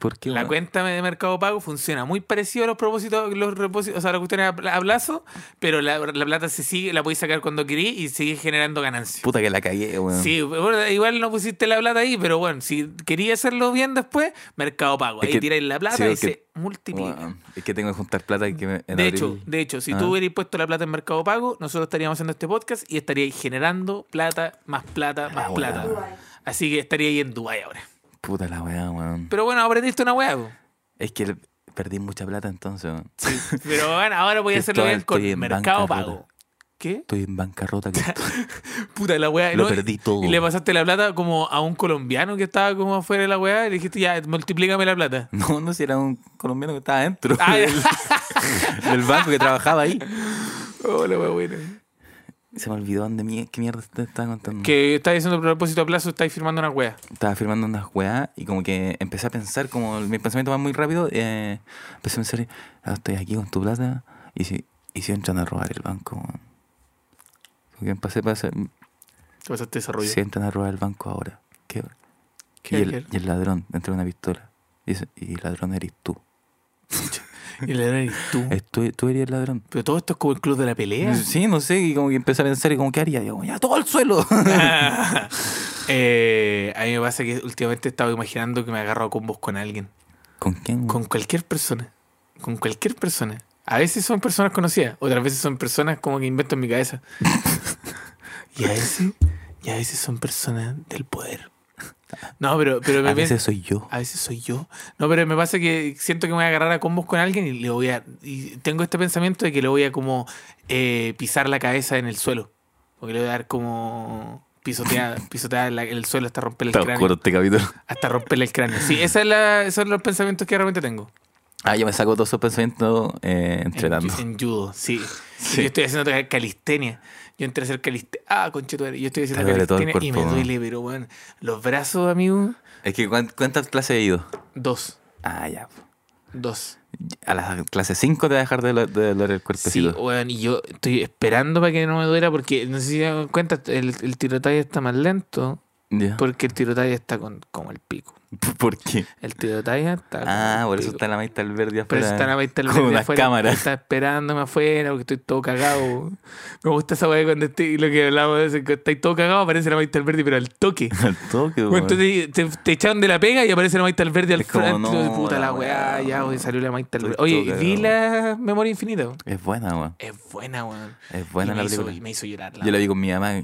[SPEAKER 3] ¿Por qué?
[SPEAKER 2] La
[SPEAKER 3] weón?
[SPEAKER 2] cuenta de Mercado Pago funciona muy parecido a los propósitos, los repósitos, o sea, las cuestiones a pla- a plazo, pero la, la plata se sigue, la podéis sacar cuando querís y sigue generando ganancias.
[SPEAKER 3] Puta que la cagué, weón.
[SPEAKER 2] Sí, bueno, igual no pusiste la plata ahí, pero bueno, si quería hacerlo bien después, Mercado Pago.
[SPEAKER 3] Es
[SPEAKER 2] Ahí
[SPEAKER 3] que-
[SPEAKER 2] tiráis la plata
[SPEAKER 3] sí,
[SPEAKER 2] y
[SPEAKER 3] es que-
[SPEAKER 2] se multiplica.
[SPEAKER 3] Weón, Es que tengo que juntar plata que me, en
[SPEAKER 2] De
[SPEAKER 3] abril-
[SPEAKER 2] hecho, de hecho, si
[SPEAKER 3] Ah.
[SPEAKER 2] tú hubieras puesto la plata en Mercado Pago, nosotros estaríamos haciendo este podcast y estaríais generando plata, más plata, más
[SPEAKER 3] Ah,
[SPEAKER 2] plata.
[SPEAKER 3] weón.
[SPEAKER 2] Así que estaríais en Dubái ahora.
[SPEAKER 3] Puta la wea, weón.
[SPEAKER 2] Pero bueno, aprendiste una hueá. po.
[SPEAKER 3] Es que le- perdí mucha plata entonces, weón.
[SPEAKER 2] Pero bueno, ahora voy a hacerlo
[SPEAKER 3] Estoy-
[SPEAKER 2] bien con
[SPEAKER 3] estoy en
[SPEAKER 2] Mercado
[SPEAKER 3] bancarrota.
[SPEAKER 2] Pago. ¿Qué?
[SPEAKER 3] Estoy en bancarrota. que estoy-
[SPEAKER 2] Puta la weá.
[SPEAKER 3] Lo
[SPEAKER 2] ¿no?
[SPEAKER 3] perdí todo.
[SPEAKER 2] Y le pasaste la plata como a un colombiano que estaba como afuera de la weá y le dijiste, ya, multiplícame la plata.
[SPEAKER 3] No, no, si era un colombiano que estaba adentro
[SPEAKER 2] Ah,
[SPEAKER 3] del, del banco que trabajaba ahí.
[SPEAKER 2] Oh, la weá buena.
[SPEAKER 3] Se me olvidó dónde mie- qué mierda te estaba contando.
[SPEAKER 2] Que estáis haciendo propósito a plazo, estáis firmando una weá.
[SPEAKER 3] Estaba firmando unas weas y como que empecé a pensar, como mis pensamientos van muy rápido, eh, empecé a pensar, "Ah, estoy aquí con tu plata y si, y si entran a robar el banco. weón?". Como que empecé a pensar,
[SPEAKER 2] Te pasaste ese rollo.
[SPEAKER 3] si entran a robar el banco ahora, ¿qué?
[SPEAKER 2] ¿Qué
[SPEAKER 3] y,
[SPEAKER 2] hay que
[SPEAKER 3] el,
[SPEAKER 2] hacer?
[SPEAKER 3] y el ladrón entra una pistola. Y, dice, "Y el ladrón eres tú.
[SPEAKER 2] Y le eres tú.
[SPEAKER 3] Es tú. Tú eres el ladrón.
[SPEAKER 2] Pero todo esto es como el club de la pelea.
[SPEAKER 3] Sí, no sé, y como que empecé a pensar, y como, ¿qué haría? Y Digo, ya, todo al suelo.
[SPEAKER 2] Eh, a mí me pasa que últimamente he estado imaginando que me agarro a combos con alguien.
[SPEAKER 3] ¿Con quién?
[SPEAKER 2] Con cualquier persona. Con cualquier persona. A veces son personas conocidas, otras veces son personas como que invento en mi cabeza. y a veces, y a veces son personas del poder. No, pero, pero me
[SPEAKER 3] A
[SPEAKER 2] ven-
[SPEAKER 3] veces soy yo.
[SPEAKER 2] a veces "Ah, soy yo. No, pero me pasa que siento que me voy a agarrar a combos con alguien y le voy a. Y tengo este pensamiento de que le voy a como eh, pisar la cabeza en el suelo. Porque le voy a dar como pisoteada, pisoteada la- el suelo hasta romper el cráneo.
[SPEAKER 3] este capítulo.
[SPEAKER 2] Hasta romperle el cráneo. Sí, esa es la- esos son los pensamientos que realmente tengo.
[SPEAKER 3] Ah, yo me saco todos esos pensamientos eh, entrenando.
[SPEAKER 2] En, en judo, sí.
[SPEAKER 3] Sí.
[SPEAKER 2] Yo estoy haciendo ca- calistenia. Yo entré a hacer calistenia. Ah, conchetuare. Yo estoy haciendo
[SPEAKER 3] Te duele todo el
[SPEAKER 2] calistenia y me
[SPEAKER 3] cuerpo, ¿no?
[SPEAKER 2] duele, pero bueno. Los brazos, amigo,
[SPEAKER 3] Es que, ¿cuán- ¿cuántas clases he ido?
[SPEAKER 2] dos.
[SPEAKER 3] Ah, ya.
[SPEAKER 2] Dos.
[SPEAKER 3] A las clases 5 te va a dejar de lo- de doler el
[SPEAKER 2] Sí,
[SPEAKER 3] cuerpecito.
[SPEAKER 2] weón, y yo estoy esperando para que no me duela porque no sé si se dan cuenta, el, el tirotaje está más lento.
[SPEAKER 3] Ya. ¿Por,
[SPEAKER 2] Porque el tirotalla está con, como el pico.
[SPEAKER 3] qué?
[SPEAKER 2] El tirotalla está. como
[SPEAKER 3] Ah,
[SPEAKER 2] el
[SPEAKER 3] por eso
[SPEAKER 2] pico.
[SPEAKER 3] está la maestra Alberti afuera.
[SPEAKER 2] Por eso está la maestra
[SPEAKER 3] con
[SPEAKER 2] Alberti
[SPEAKER 3] unas
[SPEAKER 2] afuera,
[SPEAKER 3] cámaras.
[SPEAKER 2] Está esperándome afuera porque estoy todo cagado. Me gusta esa weá cuando estoy, lo que hablamos de eso, que estáis todo cagado, aparece la maestra Alberti, pero al toque.
[SPEAKER 3] Al toque,
[SPEAKER 2] Bueno,
[SPEAKER 3] weón.
[SPEAKER 2] entonces te, te echaron de la pega y aparece la Maita Alberti al
[SPEAKER 3] Es como,
[SPEAKER 2] frente.
[SPEAKER 3] no,
[SPEAKER 2] puta la
[SPEAKER 3] la
[SPEAKER 2] weá,
[SPEAKER 3] weá,
[SPEAKER 2] ya, hoy salió la Maita
[SPEAKER 3] estoy
[SPEAKER 2] Alberti. Oye,
[SPEAKER 3] todo
[SPEAKER 2] vi la Memoria Infinita. weón.
[SPEAKER 3] Es buena, weón.
[SPEAKER 2] Es buena, weón.
[SPEAKER 3] Es buena
[SPEAKER 2] Y
[SPEAKER 3] la
[SPEAKER 2] me hizo-
[SPEAKER 3] película.
[SPEAKER 2] me hizo llorar.
[SPEAKER 3] Yo la vi con mi mamá.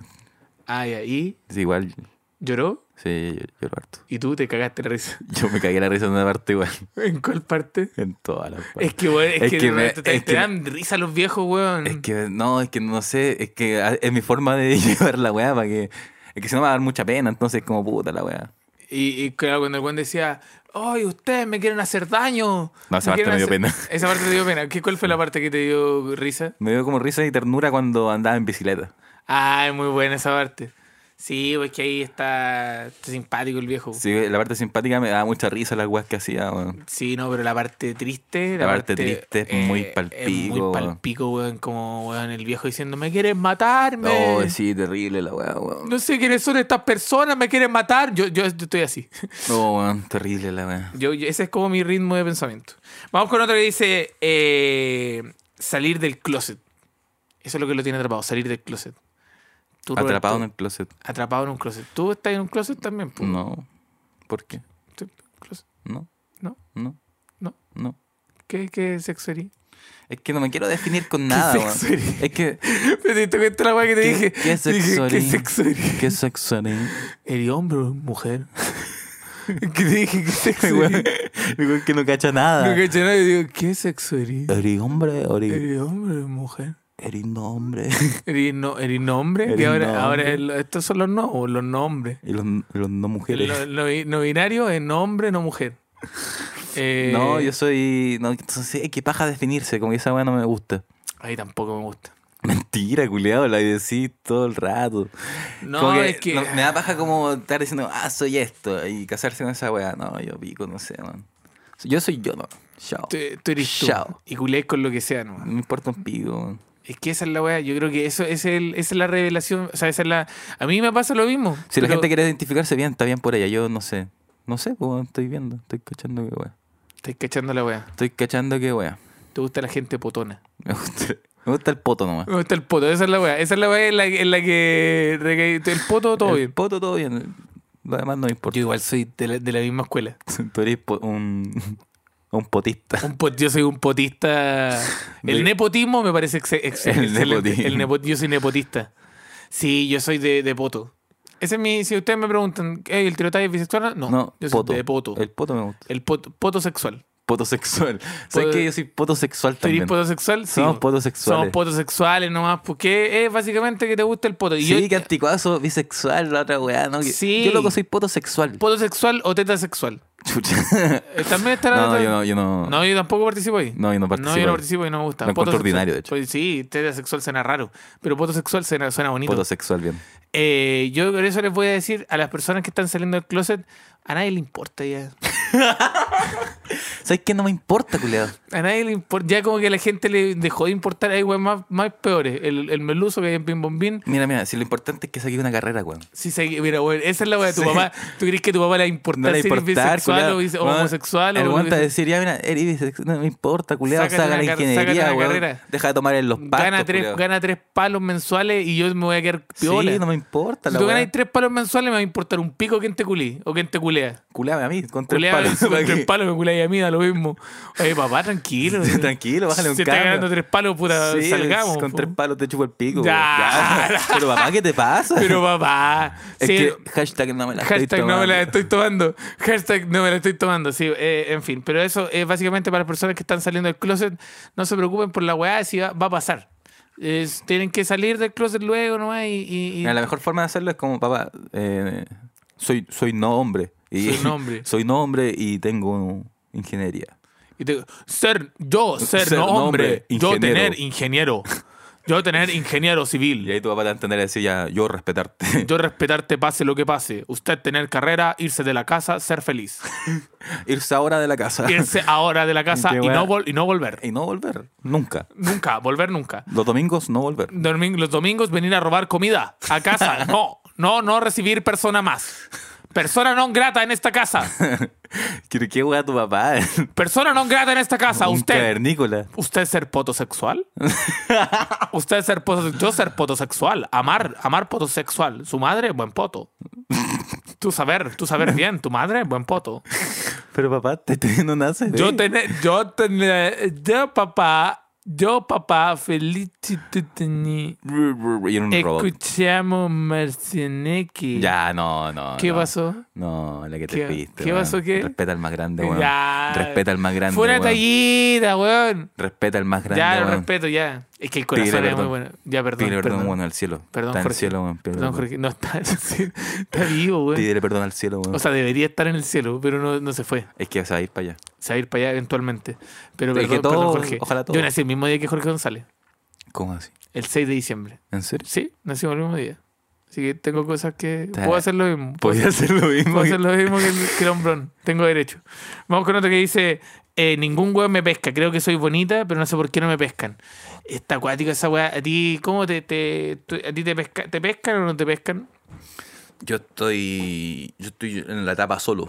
[SPEAKER 2] Ah, ya, y
[SPEAKER 3] Es igual.
[SPEAKER 2] lloró
[SPEAKER 3] Sí, yo, lloro harto.
[SPEAKER 2] y tú te cagaste la risa.
[SPEAKER 3] Yo me cagué la risa en una parte igual.
[SPEAKER 2] ¿En cuál parte?
[SPEAKER 3] En todas las
[SPEAKER 2] Es
[SPEAKER 3] partes.
[SPEAKER 2] que, mm. weón, es,
[SPEAKER 3] Es
[SPEAKER 2] que,
[SPEAKER 3] que
[SPEAKER 2] de
[SPEAKER 3] me-
[SPEAKER 2] repente te,
[SPEAKER 3] es
[SPEAKER 2] te
[SPEAKER 3] que-
[SPEAKER 2] dan risa los viejos, weón.
[SPEAKER 3] Es que no, es que no sé. Es que ah, es mi forma de llevar la weá para que. Es que si no me va a dar mucha pena, entonces como puta la weá.
[SPEAKER 2] Y, y claro, cuando el weón decía, ¡ay, ustedes me quieren hacer daño!
[SPEAKER 3] No, esa parte
[SPEAKER 2] quieren
[SPEAKER 3] me dio pena.
[SPEAKER 2] Esa parte te dio pena. ¿Qué, ¿Cuál fue la parte que te dio risa?
[SPEAKER 3] Me dio como risa y ternura cuando andaba en bicicleta.
[SPEAKER 2] Ay, muy buena esa parte. Sí, pues que ahí está, está simpático el viejo. Sí.
[SPEAKER 3] Sí, la parte simpática me daba mucha risa las weas que hacía, weón.
[SPEAKER 2] no, pero la parte triste. eh,
[SPEAKER 3] La parte triste es muy
[SPEAKER 2] Es
[SPEAKER 3] palpico,
[SPEAKER 2] muy
[SPEAKER 3] weón.
[SPEAKER 2] palpico, weón. Como, weón, el viejo diciendo, me quieren matarme.
[SPEAKER 3] Oh, sí, terrible la weá, weón.
[SPEAKER 2] No sé quiénes son estas personas, me quieren matar. Yo, yo estoy así.
[SPEAKER 3] No, weón, terrible la weá.
[SPEAKER 2] Yo, yo- ese es como mi ritmo de pensamiento. Vamos con otro que dice eh, salir del closet. Eso es lo que lo tiene atrapado, salir del closet. Tú, Roberto,
[SPEAKER 3] Atrapado en el closet.
[SPEAKER 2] atrapado en un closet. ¿Tú estás en un closet también? po?
[SPEAKER 3] No. ¿Por qué?
[SPEAKER 2] Estoy en un closet.
[SPEAKER 3] No,
[SPEAKER 2] No.
[SPEAKER 3] no,
[SPEAKER 2] No.
[SPEAKER 3] no.
[SPEAKER 2] ¿Qué, qué sexo eres?
[SPEAKER 3] Es que no me quiero definir con nada, weón.
[SPEAKER 2] sexo eres?
[SPEAKER 3] Es que.
[SPEAKER 2] Pero te cuento la weá que te
[SPEAKER 3] ¿Qué-
[SPEAKER 2] dije.
[SPEAKER 3] qué
[SPEAKER 2] Te
[SPEAKER 3] sexo
[SPEAKER 2] dije, ¿Qué
[SPEAKER 3] eres?
[SPEAKER 2] sexo eres?
[SPEAKER 3] ¿Qué sexo eres?
[SPEAKER 2] ¿Eres hombre o mujer? que te dije, ¿qué sexo
[SPEAKER 3] El weón-
[SPEAKER 2] eres?
[SPEAKER 3] el weón que no cacha
[SPEAKER 2] No
[SPEAKER 3] nada.
[SPEAKER 2] caché nada y digo, ¿qué sexo eres?
[SPEAKER 3] ¿Eres hombre? ¿Eres
[SPEAKER 2] ¿Eres hombre o mujer?
[SPEAKER 3] eres no hombre?
[SPEAKER 2] ¿Eres, no, eres nombre?
[SPEAKER 3] Eres
[SPEAKER 2] Que ahora,
[SPEAKER 3] nombre.
[SPEAKER 2] ahora es lo- estos son los no, los nombres.
[SPEAKER 3] Y los, los no mujeres.
[SPEAKER 2] Lo, lo bi- no binario es nombre, no mujer. Eh,
[SPEAKER 3] No, yo soy. No, entonces, eh, qué paja definirse, como que esa weá no me gusta.
[SPEAKER 2] Ahí tampoco me gusta.
[SPEAKER 3] Mentira, culiado, la decís todo el rato.
[SPEAKER 2] No,
[SPEAKER 3] Como que
[SPEAKER 2] es que.
[SPEAKER 3] no- me da paja como estar diciendo, ah, soy esto, y casarse con esa weá. No, yo pico, no sé, man. Yo soy yo, no. Chao.
[SPEAKER 2] Tú, tú eres tú.
[SPEAKER 3] Chao.
[SPEAKER 2] Y culés con lo que sea, nomás.
[SPEAKER 3] No me importa un pico, man.
[SPEAKER 2] Es que esa es la weá. Yo creo que eso es el, esa es la revelación. O sea, esa es la. A mí me pasa lo mismo.
[SPEAKER 3] Si la
[SPEAKER 2] pero
[SPEAKER 3] gente quiere identificarse bien, está bien por ella. Yo no sé. No sé, pues, weón, estoy viendo, estoy cachando qué weá.
[SPEAKER 2] Estáis cachando la weá.
[SPEAKER 3] Estoy cachando qué weá.
[SPEAKER 2] Te gusta la gente potona.
[SPEAKER 3] Me gusta, me gusta el poto nomás.
[SPEAKER 2] Me gusta el poto. Esa es la weá. Esa es la weá en la, en la que. recaí- El poto, todo
[SPEAKER 3] el
[SPEAKER 2] bien.
[SPEAKER 3] poto todo bien. Lo demás no me importa.
[SPEAKER 2] Yo igual soy de la, de la misma escuela.
[SPEAKER 3] Tú eres po- un, un potista.
[SPEAKER 2] Un pot- yo soy un potista. El
[SPEAKER 3] De-
[SPEAKER 2] nepotismo me parece ex- ex-
[SPEAKER 3] El
[SPEAKER 2] excelente.
[SPEAKER 3] nepotismo.
[SPEAKER 2] El nepo- yo soy nepotista. Sí, yo soy de, de poto. Ese es mi. Si ustedes me preguntan, "Ey, ¿el tirotaje es bisexual? No,
[SPEAKER 3] No,
[SPEAKER 2] yo soy
[SPEAKER 3] poto.
[SPEAKER 2] de poto. El,
[SPEAKER 3] El poto me gusta.
[SPEAKER 2] poto, poto sexual.
[SPEAKER 3] Potosexual.
[SPEAKER 2] Poto-
[SPEAKER 3] ¿Sabes que yo soy potosexual
[SPEAKER 2] ¿Tú eres
[SPEAKER 3] también?
[SPEAKER 2] potosexual? Sí,
[SPEAKER 3] Somos
[SPEAKER 2] po.
[SPEAKER 3] potosexuales.
[SPEAKER 2] Somos potosexuales nomás, porque es básicamente que te gusta el poto. Y
[SPEAKER 3] Sí,
[SPEAKER 2] yo,
[SPEAKER 3] que anticuazo, bisexual, la otra weá, ¿no? Que-
[SPEAKER 2] Sí.
[SPEAKER 3] Yo loco soy potosexual.
[SPEAKER 2] potosexual o tetasexual.
[SPEAKER 3] Chucha.
[SPEAKER 2] Eh, También está la
[SPEAKER 3] No, yo no, yo no.
[SPEAKER 2] No, yo tampoco participo ahí.
[SPEAKER 3] No, yo no participo
[SPEAKER 2] No, yo no
[SPEAKER 3] ahí.
[SPEAKER 2] participo y no me gusta.
[SPEAKER 3] Lo encuentro
[SPEAKER 2] Poto
[SPEAKER 3] ordinario, de hecho.
[SPEAKER 2] Pues sí, tetasexual suena raro, pero potosexual suena, suena bonito.
[SPEAKER 3] Potosexual, bien.
[SPEAKER 2] Eh, yo por eso les voy a decir a las personas que están saliendo del closet, a nadie le importa ya.
[SPEAKER 3] ¿Sabes qué? No me importa, culiado.
[SPEAKER 2] A nadie le importa. Ya como que a la gente le dejó de importar. Hay weas más, más peores. El, el meluso que hay en Bim Bom Bim.
[SPEAKER 3] Mira, mira, si lo importante es que saqué una carrera, weón.
[SPEAKER 2] Sí, sí, mira, weón, esa es la wea de tu
[SPEAKER 3] Sí.
[SPEAKER 2] papá. ¿Tú crees que tu papá le va a importar
[SPEAKER 3] No le
[SPEAKER 2] si eres
[SPEAKER 3] importa,
[SPEAKER 2] bisexual
[SPEAKER 3] culiao.
[SPEAKER 2] o bise- o
[SPEAKER 3] Weón,
[SPEAKER 2] homosexual?
[SPEAKER 3] El
[SPEAKER 2] o
[SPEAKER 3] weón
[SPEAKER 2] lo
[SPEAKER 3] te va a
[SPEAKER 2] que sea?
[SPEAKER 3] decir, ya, mira, eres bisexual, no me importa, culiado,
[SPEAKER 2] Sácate
[SPEAKER 3] saca
[SPEAKER 2] una
[SPEAKER 3] la
[SPEAKER 2] car- sácate
[SPEAKER 3] ingeniería,
[SPEAKER 2] una
[SPEAKER 3] weón.
[SPEAKER 2] carrera.
[SPEAKER 3] Deja de tomar en los pactos,
[SPEAKER 2] Gana tres,
[SPEAKER 3] culiao.
[SPEAKER 2] gana tres palos mensuales y yo me voy a quedar piola.
[SPEAKER 3] Sí, no me importa,
[SPEAKER 2] Si
[SPEAKER 3] la
[SPEAKER 2] tú
[SPEAKER 3] weá.
[SPEAKER 2] ganas tres palos mensuales, me va a importar un pico quién te culí o quién te culea.
[SPEAKER 3] Culeame a mí, con tres
[SPEAKER 2] Culea, si
[SPEAKER 3] palos.
[SPEAKER 2] con
[SPEAKER 3] ¿para
[SPEAKER 2] tres
[SPEAKER 3] qué?
[SPEAKER 2] palos me culea y a mí, da lo mismo. Oye, papá, tranquilo.
[SPEAKER 3] Sí, tranquilo, bájale un
[SPEAKER 2] Se está
[SPEAKER 3] cambio.
[SPEAKER 2] ganando tres palos, puta,
[SPEAKER 3] Sí,
[SPEAKER 2] salgamos.
[SPEAKER 3] Con
[SPEAKER 2] po.
[SPEAKER 3] tres palos te chupo el pico.
[SPEAKER 2] Ya.
[SPEAKER 3] weón. Pero papá, ¿qué te pasa?
[SPEAKER 2] Pero papá,
[SPEAKER 3] es
[SPEAKER 2] sí,
[SPEAKER 3] que hashtag no me la estoy
[SPEAKER 2] hashtag no me la
[SPEAKER 3] tomando.
[SPEAKER 2] estoy tomando. Hashtag no me la estoy tomando. Sí, eh, en fin. Pero eso es básicamente para las personas que están saliendo del closet. No se preocupen por la weá, si va, va a pasar. Es- tienen que salir del closet luego nomás y. y- y-
[SPEAKER 3] Mira, la mejor forma de hacerlo es como, papá, eh, soy, soy no hombre. Y,
[SPEAKER 2] Soy no hombre.
[SPEAKER 3] soy no hombre y tengo ingeniería.
[SPEAKER 2] Y te- ser yo, ser,
[SPEAKER 3] Ser
[SPEAKER 2] no hombre,
[SPEAKER 3] nombre,
[SPEAKER 2] yo
[SPEAKER 3] ingeniero.
[SPEAKER 2] tener ingeniero, yo tener ingeniero
[SPEAKER 3] Y
[SPEAKER 2] civil,
[SPEAKER 3] ahí tu papá te va a entender y decir, ya, yo respetarte.
[SPEAKER 2] yo respetarte pase lo que pase, usted tener carrera, irse de la casa, ser feliz,
[SPEAKER 3] Irse ahora de la casa.
[SPEAKER 2] irse ahora de la casa
[SPEAKER 3] Qué
[SPEAKER 2] y
[SPEAKER 3] buena.
[SPEAKER 2] no, vol- y no volver,
[SPEAKER 3] Y no volver. Nunca.
[SPEAKER 2] nunca, volver nunca.
[SPEAKER 3] Los domingos no volver.
[SPEAKER 2] Dormir los domingos venir a robar comida a casa, no, No, no recibir persona más. Persona non grata en esta casa.
[SPEAKER 3] Quiero que hueá tu papá.
[SPEAKER 2] Persona non grata en esta casa.
[SPEAKER 3] Un
[SPEAKER 2] Usted.
[SPEAKER 3] cavernícola.
[SPEAKER 2] ¿Usted ser potosexual? ¿Usted ser potosexual? Yo ser potosexual. Amar, amar potosexual. Su madre, buen poto. Tú saber, tú saber bien. Tu madre, buen poto.
[SPEAKER 3] Pero papá, te estoy viendo nace.
[SPEAKER 2] Yo tené, yo tené, yo papá, yo papá, felicitudini.
[SPEAKER 3] Y era un robot.
[SPEAKER 2] Escuchamos Marcianeki.
[SPEAKER 3] Ya, no, no.
[SPEAKER 2] ¿Qué
[SPEAKER 3] no.
[SPEAKER 2] pasó?
[SPEAKER 3] No, la que te
[SPEAKER 2] ¿Qué-
[SPEAKER 3] pediste.
[SPEAKER 2] qué
[SPEAKER 3] weón.
[SPEAKER 2] pasó, qué?
[SPEAKER 3] Respeta al más grande, weón.
[SPEAKER 2] Ya.
[SPEAKER 3] Respeta al más grande.
[SPEAKER 2] Fue una
[SPEAKER 3] weón.
[SPEAKER 2] tallita, weón.
[SPEAKER 3] Respeta al más grande.
[SPEAKER 2] Ya, lo
[SPEAKER 3] weón.
[SPEAKER 2] respeto, ya. Es que el
[SPEAKER 3] Pídele
[SPEAKER 2] corazón es
[SPEAKER 3] perdón.
[SPEAKER 2] muy bueno. Ya, perdón.
[SPEAKER 3] Pídele perdón,
[SPEAKER 2] perdón.
[SPEAKER 3] weón, al cielo.
[SPEAKER 2] Perdón,
[SPEAKER 3] está en el
[SPEAKER 2] Jorge.
[SPEAKER 3] cielo, weón. Pídele
[SPEAKER 2] Perdón,
[SPEAKER 3] perdón.
[SPEAKER 2] Jorge. No está, está vivo, güey.
[SPEAKER 3] Pídele perdón al cielo, weón.
[SPEAKER 2] O sea, debería estar en el cielo, pero no, no se fue.
[SPEAKER 3] es que se va a ir para allá.
[SPEAKER 2] Se va a ir para allá eventualmente. Pero
[SPEAKER 3] Es que
[SPEAKER 2] perdón, perdón,
[SPEAKER 3] todo-
[SPEAKER 2] Jorge.
[SPEAKER 3] ojalá todo.
[SPEAKER 2] Yo nací el mismo día que Jorge González,
[SPEAKER 3] ¿Cómo así?
[SPEAKER 2] el 6 de diciembre.
[SPEAKER 3] ¿En serio?
[SPEAKER 2] Sí, nacimos el mismo día. Así que tengo cosas que.
[SPEAKER 3] Está-
[SPEAKER 2] Puedo hacer lo mismo. Puedo
[SPEAKER 3] Podía hacer lo mismo.
[SPEAKER 2] Puedo
[SPEAKER 3] que-
[SPEAKER 2] hacer lo mismo que el, que el hombrón. Tengo derecho. Vamos con otro que dice: eh, Ningún weón me pesca. Creo que soy bonita, pero no sé por qué no me pescan. Está acuática esa weá. ¿A ti cómo te, te- tú- a ti te, pesca- te pescan o no te pescan?
[SPEAKER 3] Yo estoy. Yo estoy en la etapa solo.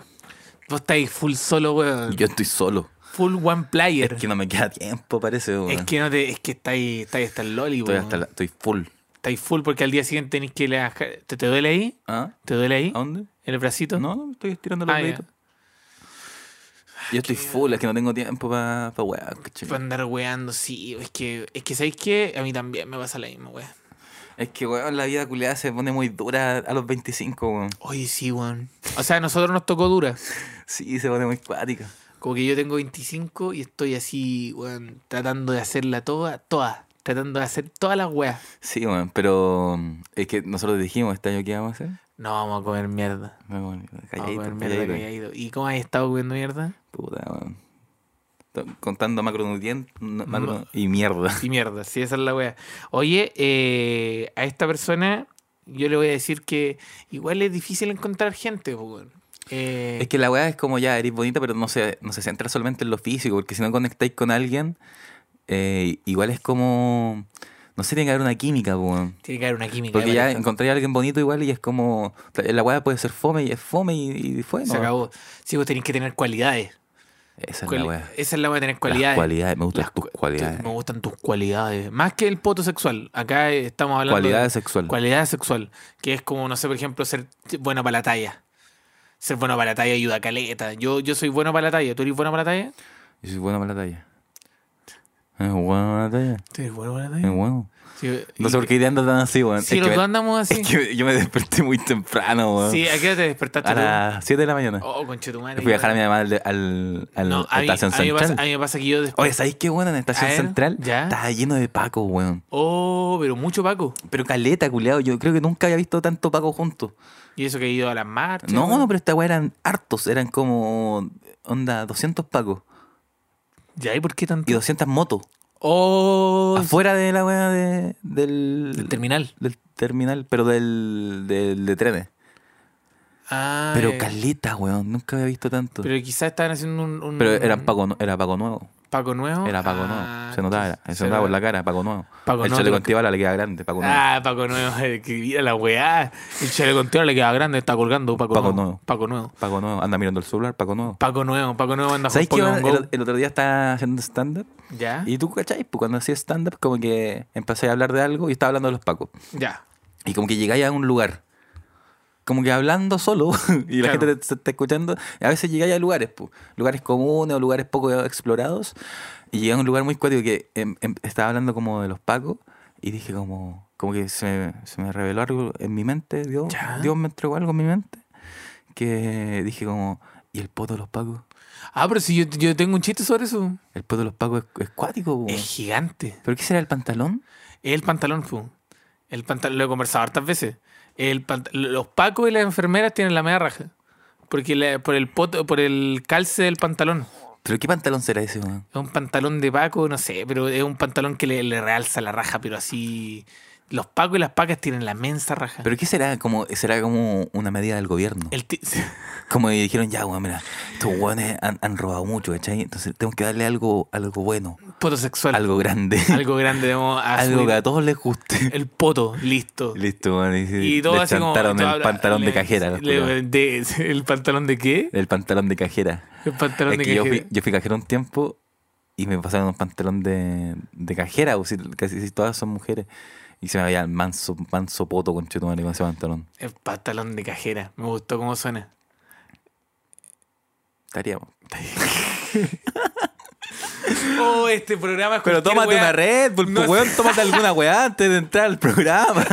[SPEAKER 2] Vos estáis full solo, weón.
[SPEAKER 3] Yo estoy solo.
[SPEAKER 2] Full one player.
[SPEAKER 3] Es que no me queda tiempo, parece, weón.
[SPEAKER 2] Es que no te, es que estáis estáis hasta el loli,
[SPEAKER 3] Estoy,
[SPEAKER 2] weón.
[SPEAKER 3] hasta la- estoy full.
[SPEAKER 2] Estáis full porque al día siguiente tenéis que ir a la- ¿Te, te duele ahí?
[SPEAKER 3] ¿Ah?
[SPEAKER 2] ¿Te duele ahí?
[SPEAKER 3] ¿A dónde?
[SPEAKER 2] ¿En el bracito?
[SPEAKER 3] No, no, estoy estirando los
[SPEAKER 2] Ah, ya.
[SPEAKER 3] deditos. Yo estoy full, es que no tengo tiempo para pa weá, cachai.
[SPEAKER 2] Para andar weando, sí. Es que, es que ¿sabéis qué? A mí también me pasa la misma, weón.
[SPEAKER 3] Es que, weón, la vida culiada se pone muy dura a los 25, weón.
[SPEAKER 2] Oye, sí, weón. O sea, a nosotros nos tocó dura.
[SPEAKER 3] Sí, se pone muy cuática.
[SPEAKER 2] Como que yo tengo 25 y estoy así, weón, tratando de hacerla toda, toda. Tratando de hacer todas las weas.
[SPEAKER 3] Sí, weón, pero mm, es que nosotros dijimos este año qué vamos a hacer.
[SPEAKER 2] No, vamos a comer mierda.
[SPEAKER 3] No, weón,
[SPEAKER 2] Vamos a
[SPEAKER 3] calladito,
[SPEAKER 2] comer Ah, mierda
[SPEAKER 3] calladito.
[SPEAKER 2] calladito. ¿Y cómo has estado comiendo mierda?
[SPEAKER 3] Puta, weón. To- Contando macronutrientes no,
[SPEAKER 2] Ma-
[SPEAKER 3] macro- y mierda.
[SPEAKER 2] Y mierda, Mm. sí, esa es la wea. Oye, eh, a esta persona yo le voy a decir que igual es difícil encontrar gente, po, weón. Eh,
[SPEAKER 3] Es que la weá es como ya, eres bonita, pero no se, no se centra solamente en lo físico, porque si no conectáis con alguien, eh, igual es como. No sé, tiene que haber una química, po, weón.
[SPEAKER 2] tiene que haber una química.
[SPEAKER 3] Porque
[SPEAKER 2] de
[SPEAKER 3] ya
[SPEAKER 2] pareja.
[SPEAKER 3] encontráis a alguien bonito igual y es como. La weá puede ser fome y es fome y, y fue,
[SPEAKER 2] Se
[SPEAKER 3] ¿no?
[SPEAKER 2] acabó. Sí, vos tenés que tener cualidades.
[SPEAKER 3] Esa es
[SPEAKER 2] Cual-
[SPEAKER 3] la weá.
[SPEAKER 2] esa es la wea, tener
[SPEAKER 3] Las
[SPEAKER 2] cualidades.
[SPEAKER 3] cualidades, me gustan
[SPEAKER 2] Las
[SPEAKER 3] tus
[SPEAKER 2] cua-
[SPEAKER 3] cualidades.
[SPEAKER 2] Me gustan tus cualidades. Más que el poto sexual. Acá eh, estamos hablando
[SPEAKER 3] Cualidades
[SPEAKER 2] de
[SPEAKER 3] sexuales.
[SPEAKER 2] cualidad sexual. Que es como, no sé, por ejemplo, ser bueno para la talla. Ser bueno para la talla ayuda caleta. Yo, yo soy bueno para la talla. ¿Tú eres bueno para la talla?
[SPEAKER 3] Yo soy bueno para la talla. Es bueno para la talla.
[SPEAKER 2] ¿Tú eres bueno para la
[SPEAKER 3] Es bueno.
[SPEAKER 2] Sí,
[SPEAKER 3] No
[SPEAKER 2] y-
[SPEAKER 3] sé por qué te andas tan así, weón.
[SPEAKER 2] Sí,
[SPEAKER 3] es,
[SPEAKER 2] los
[SPEAKER 3] que
[SPEAKER 2] dos
[SPEAKER 3] me-
[SPEAKER 2] andamos así.
[SPEAKER 3] es que yo me desperté muy temprano, weón.
[SPEAKER 2] Sí, ¿a qué hora te despertaste?
[SPEAKER 3] a
[SPEAKER 2] tú?
[SPEAKER 3] las 7 de la mañana.
[SPEAKER 2] Oh, conchetumare.
[SPEAKER 3] Fui a dejar a mi mamá al, al, al-
[SPEAKER 2] No,
[SPEAKER 3] a
[SPEAKER 2] a mí, a
[SPEAKER 3] Estación
[SPEAKER 2] mí me pasa,
[SPEAKER 3] Central.
[SPEAKER 2] a mí me pasa que yo después.
[SPEAKER 3] Oye, ¿sabéis qué, weón? En Estación
[SPEAKER 2] A ver,
[SPEAKER 3] Central
[SPEAKER 2] ya.
[SPEAKER 3] estaba lleno de Paco, weón.
[SPEAKER 2] Oh, pero mucho Paco.
[SPEAKER 3] Pero caleta, culeado. Yo creo que nunca había visto tanto Paco juntos.
[SPEAKER 2] Y eso que he ido a las marchas.
[SPEAKER 3] No,
[SPEAKER 2] weón.
[SPEAKER 3] no, pero esta weá eran hartos. Eran como, onda, 200 Pacos
[SPEAKER 2] Ya, ¿y por qué tanto?
[SPEAKER 3] y 200 motos.
[SPEAKER 2] Oh,
[SPEAKER 3] Afuera de la weá de, del,
[SPEAKER 2] el terminal.
[SPEAKER 3] del terminal, pero del, del de trenes.
[SPEAKER 2] Ah,
[SPEAKER 3] Pero
[SPEAKER 2] eh,
[SPEAKER 3] caleta, weón. Nunca había visto tanto. Pero,
[SPEAKER 2] Pero quizás estaban haciendo un. un-
[SPEAKER 3] era, Paco, nu- era Paco Nuevo.
[SPEAKER 2] Paco nuevo.
[SPEAKER 3] Era Paco
[SPEAKER 2] Ah,
[SPEAKER 3] Nuevo. Se notaba,
[SPEAKER 2] entonces,
[SPEAKER 3] se notaba por
[SPEAKER 2] era-
[SPEAKER 3] la cara, Paco Nuevo.
[SPEAKER 2] Paco Nuevo
[SPEAKER 3] el
[SPEAKER 2] te
[SPEAKER 3] chaleco
[SPEAKER 2] lo-
[SPEAKER 3] antibala le queda grande, Paco Nuevo.
[SPEAKER 2] Ah, Paco Nuevo, que mira la weá. El chaleco entero le queda grande, está colgando Paco,
[SPEAKER 3] Paco
[SPEAKER 2] Nuevo.
[SPEAKER 3] Nuevo.
[SPEAKER 2] Paco Nuevo.
[SPEAKER 3] Paco Nuevo. Anda mirando el celular, Paco Nuevo.
[SPEAKER 2] Paco Nuevo, Paco Nuevo anda
[SPEAKER 3] ¿Sabes que
[SPEAKER 2] jugando Pokémon ¿Ah?
[SPEAKER 3] el, el otro día estaba haciendo stand-up?
[SPEAKER 2] Go. Ya,
[SPEAKER 3] Y tú, ¿cachai? Pues cuando hacía stand-up, como que empecé a hablar de algo y estaba hablando de los Pacos.
[SPEAKER 2] ya.
[SPEAKER 3] Y como que llegáis a un lugar, como que hablando solo, y la
[SPEAKER 2] Claro.
[SPEAKER 3] gente te, se está escuchando, a veces llegáis a lugares, pu, lugares comunes o lugares poco explorados, y llegué a un lugar muy cuático que em, em, estaba hablando como de los Pacos, y dije como, como que se, se me reveló algo en mi mente, Dios,
[SPEAKER 2] Ya.
[SPEAKER 3] Dios me entregó algo en mi mente, que dije como, ¿y el poto de los Pacos?
[SPEAKER 2] Ah, pero si yo, yo tengo un chiste sobre eso.
[SPEAKER 3] El poto de los Pacos es, es cuático, pu.
[SPEAKER 2] Es gigante.
[SPEAKER 3] ¿Pero qué será el pantalón?
[SPEAKER 2] El pantalón, pu. El pantalón, lo he conversado hartas veces. El pant- los pacos y las enfermeras tienen la media raja. Porque la- por el poto, por el calce del pantalón.
[SPEAKER 3] ¿Pero qué pantalón será ese, weón?
[SPEAKER 2] Es un pantalón de paco, no sé, pero es un pantalón que le, le realza la raja, pero así Los pacos y las pacas tienen la mensa raja.
[SPEAKER 3] ¿Pero qué será? Como, ¿Será como una medida del gobierno?
[SPEAKER 2] El ti-
[SPEAKER 3] Como que dijeron, ya, weón, mira, estos weones han, han robado mucho, ¿cachai? Entonces tengo que darle algo, algo bueno,
[SPEAKER 2] poto sexual. Algo,
[SPEAKER 3] algo grande, algo,
[SPEAKER 2] grande. Debemos asumir.
[SPEAKER 3] que a todos les guste.
[SPEAKER 2] El poto, listo.
[SPEAKER 3] Listo, weón. Y,
[SPEAKER 2] Y todo
[SPEAKER 3] le
[SPEAKER 2] así como-
[SPEAKER 3] chantaron
[SPEAKER 2] todo
[SPEAKER 3] el
[SPEAKER 2] habla-
[SPEAKER 3] pantalón
[SPEAKER 2] le-
[SPEAKER 3] de cajera. los
[SPEAKER 2] le-
[SPEAKER 3] culiados.
[SPEAKER 2] de- ¿El pantalón de qué?
[SPEAKER 3] el pantalón de cajera.
[SPEAKER 2] El pantalón
[SPEAKER 3] Es
[SPEAKER 2] de
[SPEAKER 3] que yo
[SPEAKER 2] cajera.
[SPEAKER 3] fui, yo fui cajero un tiempo y me pasaron un pantalón de, de cajera, o si- casi todas son mujeres. Y se me veía el manso, manso poto con con ese pantalón.
[SPEAKER 2] El pantalón de cajera. Me gustó cómo suena.
[SPEAKER 3] Estaría. po.
[SPEAKER 2] Oh, este programa es
[SPEAKER 3] Pero
[SPEAKER 2] cualquier
[SPEAKER 3] tómate
[SPEAKER 2] wea.
[SPEAKER 3] una Red Bull,
[SPEAKER 2] No
[SPEAKER 3] pues,
[SPEAKER 2] sé.
[SPEAKER 3] weón, tómate alguna weá antes de entrar al programa.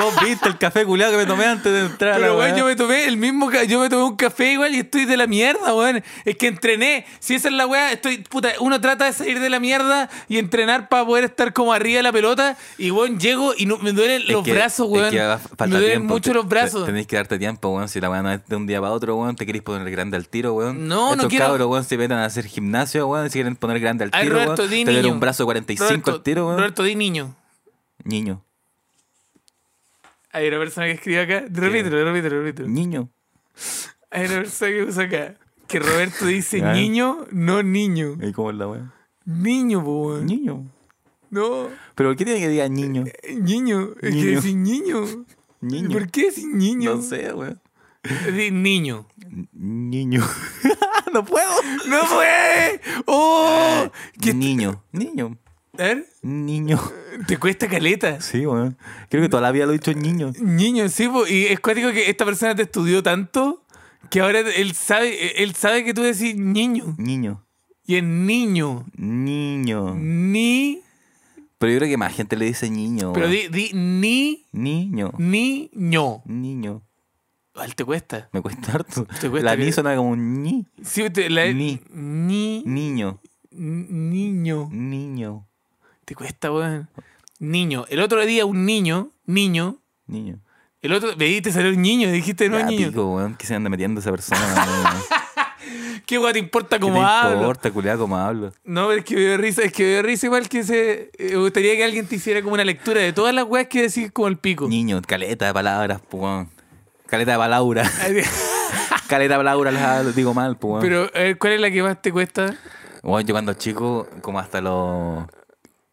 [SPEAKER 3] Vos viste el café culiado que me tomé antes de entrar a la
[SPEAKER 2] Pero, weón,
[SPEAKER 3] weá.
[SPEAKER 2] yo me tomé el mismo. ca- Yo me tomé un café igual y estoy de la mierda, weón. Es que entrené. Si esa es la weá, estoy. Puta, uno trata de salir de la mierda y entrenar para poder estar como arriba de la pelota. Y, weón, llego y no- me duelen
[SPEAKER 3] Es
[SPEAKER 2] los
[SPEAKER 3] que-
[SPEAKER 2] brazos,
[SPEAKER 3] es
[SPEAKER 2] weón.
[SPEAKER 3] que va- falta
[SPEAKER 2] Me duelen
[SPEAKER 3] tiempo.
[SPEAKER 2] mucho
[SPEAKER 3] Te-
[SPEAKER 2] los
[SPEAKER 3] te-
[SPEAKER 2] brazos.
[SPEAKER 3] Tenéis que darte tiempo, weón. Si la weá no es de un día para otro, weón, te querés poner grande al tiro, weón.
[SPEAKER 2] No, no
[SPEAKER 3] Estos
[SPEAKER 2] quiero-
[SPEAKER 3] cabros, weón, se meten a hacer gimnasio, weón, se quieren poner grande al
[SPEAKER 2] Ay,
[SPEAKER 3] tiro,
[SPEAKER 2] Roberto,
[SPEAKER 3] weón.
[SPEAKER 2] di
[SPEAKER 3] Te duele
[SPEAKER 2] niño.
[SPEAKER 3] un brazo 45 al
[SPEAKER 2] Roberto,
[SPEAKER 3] tiro, weón.
[SPEAKER 2] Roberto, di niño.
[SPEAKER 3] Niño.
[SPEAKER 2] Hay una persona que escribe acá. Repítelo, repítelo, repítelo.
[SPEAKER 3] Niño.
[SPEAKER 2] Hay una persona que usa acá. Que Roberto dice
[SPEAKER 3] Ya. Eh.
[SPEAKER 2] niño, no niño.
[SPEAKER 3] ¿Y cómo es la weá?
[SPEAKER 2] Niño, po, weón.
[SPEAKER 3] Niño.
[SPEAKER 2] No,
[SPEAKER 3] ¿Pero por qué tiene que diga niño?
[SPEAKER 2] eh, niño. Es
[SPEAKER 3] Niño.
[SPEAKER 2] que decís niño.
[SPEAKER 3] Niño.
[SPEAKER 2] ¿Por qué decís niño?
[SPEAKER 3] No sé, weón.
[SPEAKER 2] Di niño.
[SPEAKER 3] N- Niño. no puedo.
[SPEAKER 2] ¡No fue! ¡Oh! ¿Qué-
[SPEAKER 3] Niño. Niño.
[SPEAKER 2] A ver,
[SPEAKER 3] Niño.
[SPEAKER 2] te cuesta caleta.
[SPEAKER 3] Sí, weón. Creo que toda la vida lo he dicho niño.
[SPEAKER 2] Niño, sí, po, y es cuático que esta persona te estudió tanto que ahora él sabe, él sabe que tú decís niño.
[SPEAKER 3] Niño.
[SPEAKER 2] Y es niño.
[SPEAKER 3] Niño.
[SPEAKER 2] Ni.
[SPEAKER 3] Pero yo creo que más gente le dice niño.
[SPEAKER 2] Pero
[SPEAKER 3] weón.
[SPEAKER 2] di, di ni,
[SPEAKER 3] Niño.
[SPEAKER 2] niño.
[SPEAKER 3] Niño.
[SPEAKER 2] Igual te cuesta.
[SPEAKER 3] Me cuesta harto.
[SPEAKER 2] Te cuesta
[SPEAKER 3] la
[SPEAKER 2] que-
[SPEAKER 3] ni suena como un ni.
[SPEAKER 2] Sí, te- la-
[SPEAKER 3] Ni.
[SPEAKER 2] Ni.
[SPEAKER 3] Niño.
[SPEAKER 2] Niño.
[SPEAKER 3] Niño.
[SPEAKER 2] Te cuesta, weón. Niño. El otro día un niño, niño.
[SPEAKER 3] Niño.
[SPEAKER 2] El otro, veí, te salió un niño, dijiste no
[SPEAKER 3] Ya,
[SPEAKER 2] es niño.
[SPEAKER 3] pico, weón. Que se anda metiendo esa persona. weón.
[SPEAKER 2] ¿Qué weón te importa
[SPEAKER 3] ¿Qué
[SPEAKER 2] cómo
[SPEAKER 3] te
[SPEAKER 2] hablo?
[SPEAKER 3] importa, culiao, cómo hablo?
[SPEAKER 2] No, pero es que me dio risa, es que me dio risa igual que se. eh, Me gustaría que alguien te hiciera como una lectura de todas las weas que decís como el pico.
[SPEAKER 3] Niño, caleta de palabras, po, weón. Caleta de palabras.
[SPEAKER 2] Ay,
[SPEAKER 3] caleta de palabras las hablo- digo mal, po, weón.
[SPEAKER 2] Pero, a ver, ¿cuál es la que más te cuesta?
[SPEAKER 3] Weón, yo cuando chico, como hasta los.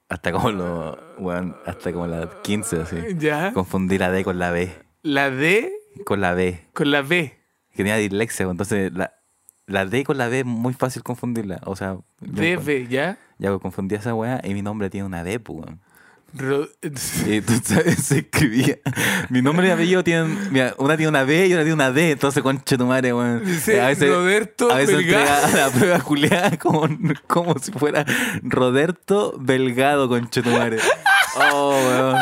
[SPEAKER 3] Hasta como los. Weón, hasta como las 15, así.
[SPEAKER 2] Ya.
[SPEAKER 3] Confundí la D con la B.
[SPEAKER 2] La D
[SPEAKER 3] Con la B.
[SPEAKER 2] con la B.
[SPEAKER 3] Que tenía dislexia, weón. entonces la, la D con la B es muy fácil confundirla. O sea. yo
[SPEAKER 2] D,
[SPEAKER 3] encuentro-
[SPEAKER 2] B, ¿ya?
[SPEAKER 3] Ya, pues, confundí a esa weá y mi nombre tiene una D, po, weón.
[SPEAKER 2] Ro-
[SPEAKER 3] Y tú sabes, se escribía. Mi nombre y apellido tienen. Mira, una tiene una B y otra tiene una D. Entonces, concha tu madre, weón.
[SPEAKER 2] Dice
[SPEAKER 3] Eh,
[SPEAKER 2] Roberto
[SPEAKER 3] A veces
[SPEAKER 2] Belgado.
[SPEAKER 3] entrega la prueba Julián como, como si fuera Roberto Belgado, concha tu madre. Oh, weón.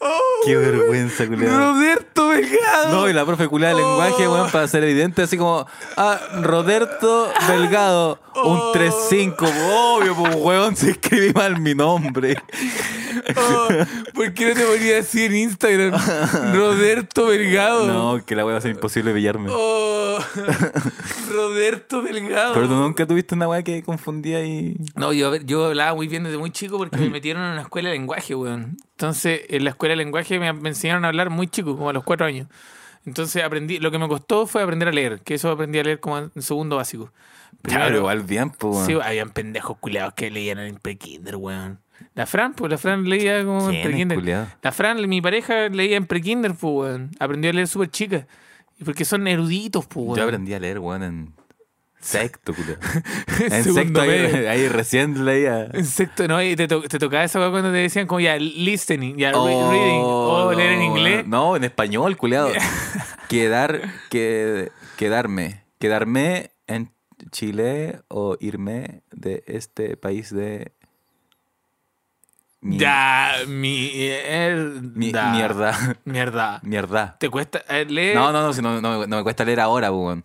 [SPEAKER 2] ¡Oh!
[SPEAKER 3] Qué vergüenza, Julián.
[SPEAKER 2] Roberto Vegado.
[SPEAKER 3] No, y la profe culiada de
[SPEAKER 2] Oh.
[SPEAKER 3] lenguaje, weón, para ser evidente, así como, ah, Roberto Delgado, un
[SPEAKER 2] Oh.
[SPEAKER 3] 3-5, obvio, pues, weón, se escribí mal mi nombre.
[SPEAKER 2] Oh, ¿Por qué no te ponía así en Instagram? Roberto Vergado.
[SPEAKER 3] No, que la weá va a ser imposible pillarme.
[SPEAKER 2] Oh, Roberto Delgado.
[SPEAKER 3] Pero tú nunca tuviste una weá que confundía y.
[SPEAKER 2] No, yo, yo hablaba muy bien desde muy chico porque me metieron en una escuela de lenguaje, weón. Entonces, en la escuela de lenguaje me, me enseñaron a hablar muy chico, como a los cuatro años. Entonces, aprendí, lo que me costó fue aprender a leer, que eso aprendí a leer como en segundo básico.
[SPEAKER 3] Claro,
[SPEAKER 2] Primero-
[SPEAKER 3] igual bien, pues. weón.
[SPEAKER 2] Sí, habían pendejos culiados que leían en pre-kinder, weón. La Fran, pues la Fran leía como en
[SPEAKER 3] ¿Quién es culiao?
[SPEAKER 2] pre-kinder. La Fran, mi pareja, leía en pre-kinder, pues, weón. Aprendió a leer súper chica. Y Porque son eruditos, pues, weón.
[SPEAKER 3] Yo aprendí a leer, weón, en sexto, culo. en
[SPEAKER 2] Segundo
[SPEAKER 3] sexto, ahí,
[SPEAKER 2] medio.
[SPEAKER 3] ahí recién leía.
[SPEAKER 2] En sexto, ¿no? Y te, to- te tocaba esa weá cuando te decían como ya listening, ya re-
[SPEAKER 3] Oh,
[SPEAKER 2] reading, o leer en
[SPEAKER 3] no,
[SPEAKER 2] inglés.
[SPEAKER 3] Oh, weón. No, en español, culiado. Quedar, que, quedarme. Quedarme en Chile o irme de este país de. mi-
[SPEAKER 2] Ya,
[SPEAKER 3] mi-
[SPEAKER 2] mierda.
[SPEAKER 3] Mierda.
[SPEAKER 2] Mierda.
[SPEAKER 3] Mierda.
[SPEAKER 2] ¿Te cuesta eh, leer?
[SPEAKER 3] No, no, no, si no, no me- no me cuesta leer ahora, pues, weón.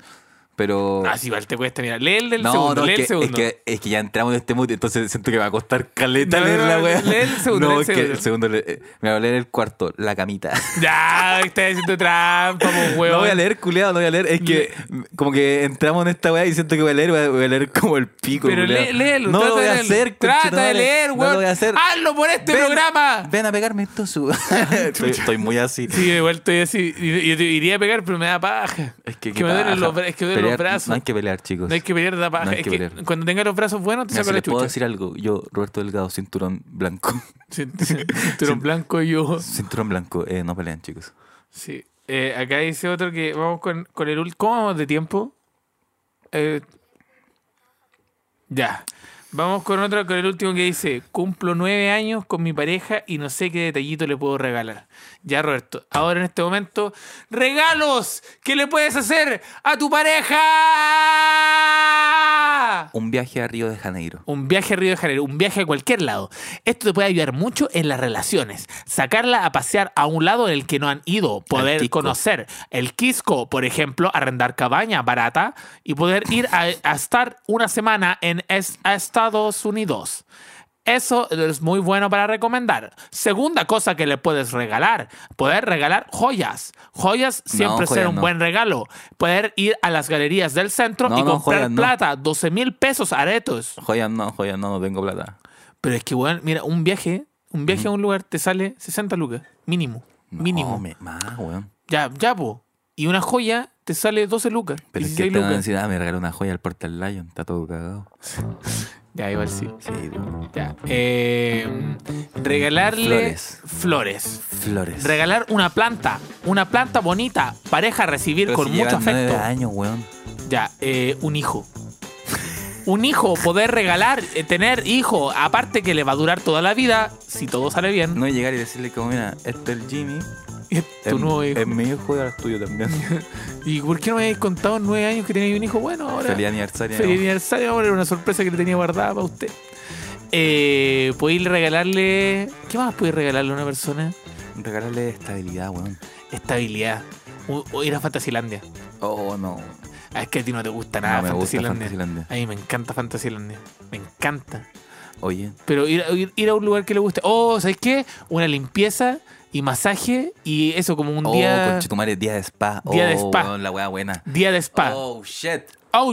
[SPEAKER 3] Pero.
[SPEAKER 2] Ah, sí, vale, te cuesta, mira. Lee el del
[SPEAKER 3] no,
[SPEAKER 2] segundo,
[SPEAKER 3] no,
[SPEAKER 2] lee
[SPEAKER 3] es
[SPEAKER 2] el
[SPEAKER 3] que, es,
[SPEAKER 2] segundo.
[SPEAKER 3] que, es que ya entramos en este mood, entonces siento que me va a costar caleta
[SPEAKER 2] No,
[SPEAKER 3] leer
[SPEAKER 2] no,
[SPEAKER 3] la
[SPEAKER 2] no,
[SPEAKER 3] wea.
[SPEAKER 2] lee el segundo,
[SPEAKER 3] No,
[SPEAKER 2] lee el
[SPEAKER 3] es que el
[SPEAKER 2] segundo.
[SPEAKER 3] segundo. le- eh, me voy a leer el cuarto, la camita.
[SPEAKER 2] Ya, estás haciendo trampa, po, weón.
[SPEAKER 3] No voy a leer, culeado, no voy a leer. Es que como que entramos en esta weá y siento que voy a leer, voy a, voy a leer como el pico.
[SPEAKER 2] Pero
[SPEAKER 3] culeado.
[SPEAKER 2] lee- léelo,
[SPEAKER 3] No
[SPEAKER 2] trata
[SPEAKER 3] lo voy
[SPEAKER 2] de
[SPEAKER 3] a
[SPEAKER 2] leerlo.
[SPEAKER 3] hacer,
[SPEAKER 2] Trata de
[SPEAKER 3] conchetumare,
[SPEAKER 2] leer, weón.
[SPEAKER 3] No lo voy a hacer.
[SPEAKER 2] Hazlo por este
[SPEAKER 3] Ven-
[SPEAKER 2] programa.
[SPEAKER 3] Ven a pegarme esto su. estoy, estoy muy así.
[SPEAKER 2] Sí, igual estoy así. Y- Yo te iría a pegar, pero me da paja.
[SPEAKER 3] Es que, qué
[SPEAKER 2] me duelen
[SPEAKER 3] paja.
[SPEAKER 2] los, bra- es que me duelen los
[SPEAKER 3] Pelear-
[SPEAKER 2] brazos.
[SPEAKER 3] No hay que pelear, chicos.
[SPEAKER 2] No hay que pelear, da paja.
[SPEAKER 3] No hay
[SPEAKER 2] es
[SPEAKER 3] que
[SPEAKER 2] que,
[SPEAKER 3] pelear.
[SPEAKER 2] cuando tenga los brazos buenos, te
[SPEAKER 3] Mira,
[SPEAKER 2] saco
[SPEAKER 3] si
[SPEAKER 2] la
[SPEAKER 3] les puedo
[SPEAKER 2] chucha.
[SPEAKER 3] decir algo, yo, Roberto Delgado, cinturón blanco.
[SPEAKER 2] Sí, sí, Cinturón blanco y yo.
[SPEAKER 3] cinturón blanco, eh, no pelean, chicos.
[SPEAKER 2] Sí. Eh, acá dice otro que vamos con, con el último. ¿Cómo vamos de tiempo? Eh, ya. Vamos con otro, con el último que dice: Cumplo nueve años con mi pareja y no sé qué detallito le puedo regalar. Ya, Roberto. Ahora en este momento, regalos que le puedes hacer a tu pareja.
[SPEAKER 3] Un viaje a Río de Janeiro.
[SPEAKER 2] Un viaje a Río de Janeiro, un viaje a cualquier lado. Esto te puede ayudar mucho en las relaciones. Sacarla a pasear a un lado en el que no han ido, poder
[SPEAKER 3] Quisco.
[SPEAKER 2] conocer el Quisco, por ejemplo, arrendar cabaña barata y poder ir a, a estar una semana en es- a Estados Unidos. Eso es muy bueno para recomendar. Segunda cosa que le puedes regalar, poder regalar joyas. Joyas siempre
[SPEAKER 3] joyas
[SPEAKER 2] ser un
[SPEAKER 3] no.
[SPEAKER 2] buen regalo. Poder ir a las galerías del centro
[SPEAKER 3] No,
[SPEAKER 2] y
[SPEAKER 3] no,
[SPEAKER 2] comprar
[SPEAKER 3] joyas no.
[SPEAKER 2] plata, 12 mil pesos aretos.
[SPEAKER 3] Joya, no, joya, no, no tengo plata.
[SPEAKER 2] Pero es que, weón, mira, un viaje, un viaje a un lugar te sale 60 lucas, mínimo,
[SPEAKER 3] No,
[SPEAKER 2] mínimo.
[SPEAKER 3] me- más, weón.
[SPEAKER 2] Ya, ya, po. Y una joya te sale 12 lucas,
[SPEAKER 3] Pero es que
[SPEAKER 2] 16
[SPEAKER 3] te van a
[SPEAKER 2] lucas.
[SPEAKER 3] decir, ah, me regaló una joya al Portal Lion, está todo cagado.
[SPEAKER 2] Ya, igual sí.
[SPEAKER 3] Sí, weón.
[SPEAKER 2] Ya. Eh, regalarle
[SPEAKER 3] Flores.
[SPEAKER 2] flores.
[SPEAKER 3] Flores.
[SPEAKER 2] Regalar una planta, una planta bonita, pareja recibir
[SPEAKER 3] Pero
[SPEAKER 2] con
[SPEAKER 3] si
[SPEAKER 2] mucho
[SPEAKER 3] llevan nueve
[SPEAKER 2] afecto.
[SPEAKER 3] años, weón.
[SPEAKER 2] Ya, eh, un hijo. Un hijo, poder regalar, eh, tener hijo, aparte que le va a durar toda la vida, si todo sale bien.
[SPEAKER 3] No em, llegar y decirle como, mira, este es el Jimmy.
[SPEAKER 2] Es tu
[SPEAKER 3] es,
[SPEAKER 2] nuevo hijo.
[SPEAKER 3] es mi hijo y ahora es tuyo también.
[SPEAKER 2] ¿Y por qué no me habéis contado en nueve años que tenéis un hijo bueno ahora?
[SPEAKER 3] Feliz aniversario.
[SPEAKER 2] Feliz
[SPEAKER 3] ¿no?
[SPEAKER 2] aniversario, ahora era una sorpresa que le tenía guardada para usted. Eh, podéis regalarle. ¿Qué más podéis regalarle a una persona?
[SPEAKER 3] Regalarle estabilidad, weón.
[SPEAKER 2] Estabilidad. O, o ir a Fantasilandia.
[SPEAKER 3] Oh, no.
[SPEAKER 2] Ah, es que a ti no te gusta
[SPEAKER 3] No
[SPEAKER 2] nada
[SPEAKER 3] me gusta
[SPEAKER 2] Fantasilandia.
[SPEAKER 3] Fantasilandia.
[SPEAKER 2] A mí me encanta Fantasilandia. Me encanta.
[SPEAKER 3] Oye,
[SPEAKER 2] Pero ir, a- ir, ir a un lugar que le guste. Oh, ¿sabes qué? Una limpieza y masaje y eso como un
[SPEAKER 3] oh,
[SPEAKER 2] día.
[SPEAKER 3] conchetumare, día de spa.
[SPEAKER 2] Día de
[SPEAKER 3] Oh,
[SPEAKER 2] spa.
[SPEAKER 3] weón, la weá buena.
[SPEAKER 2] Día de spa. Oh,
[SPEAKER 3] Oh, shit.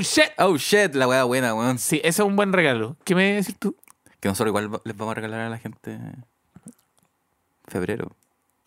[SPEAKER 2] shit.
[SPEAKER 3] Oh, shit, la weá buena, weón.
[SPEAKER 2] Sí, ese es un buen regalo. ¿Qué me decís tú?
[SPEAKER 3] Que nosotros igual va- les vamos a regalar a la gente febrero.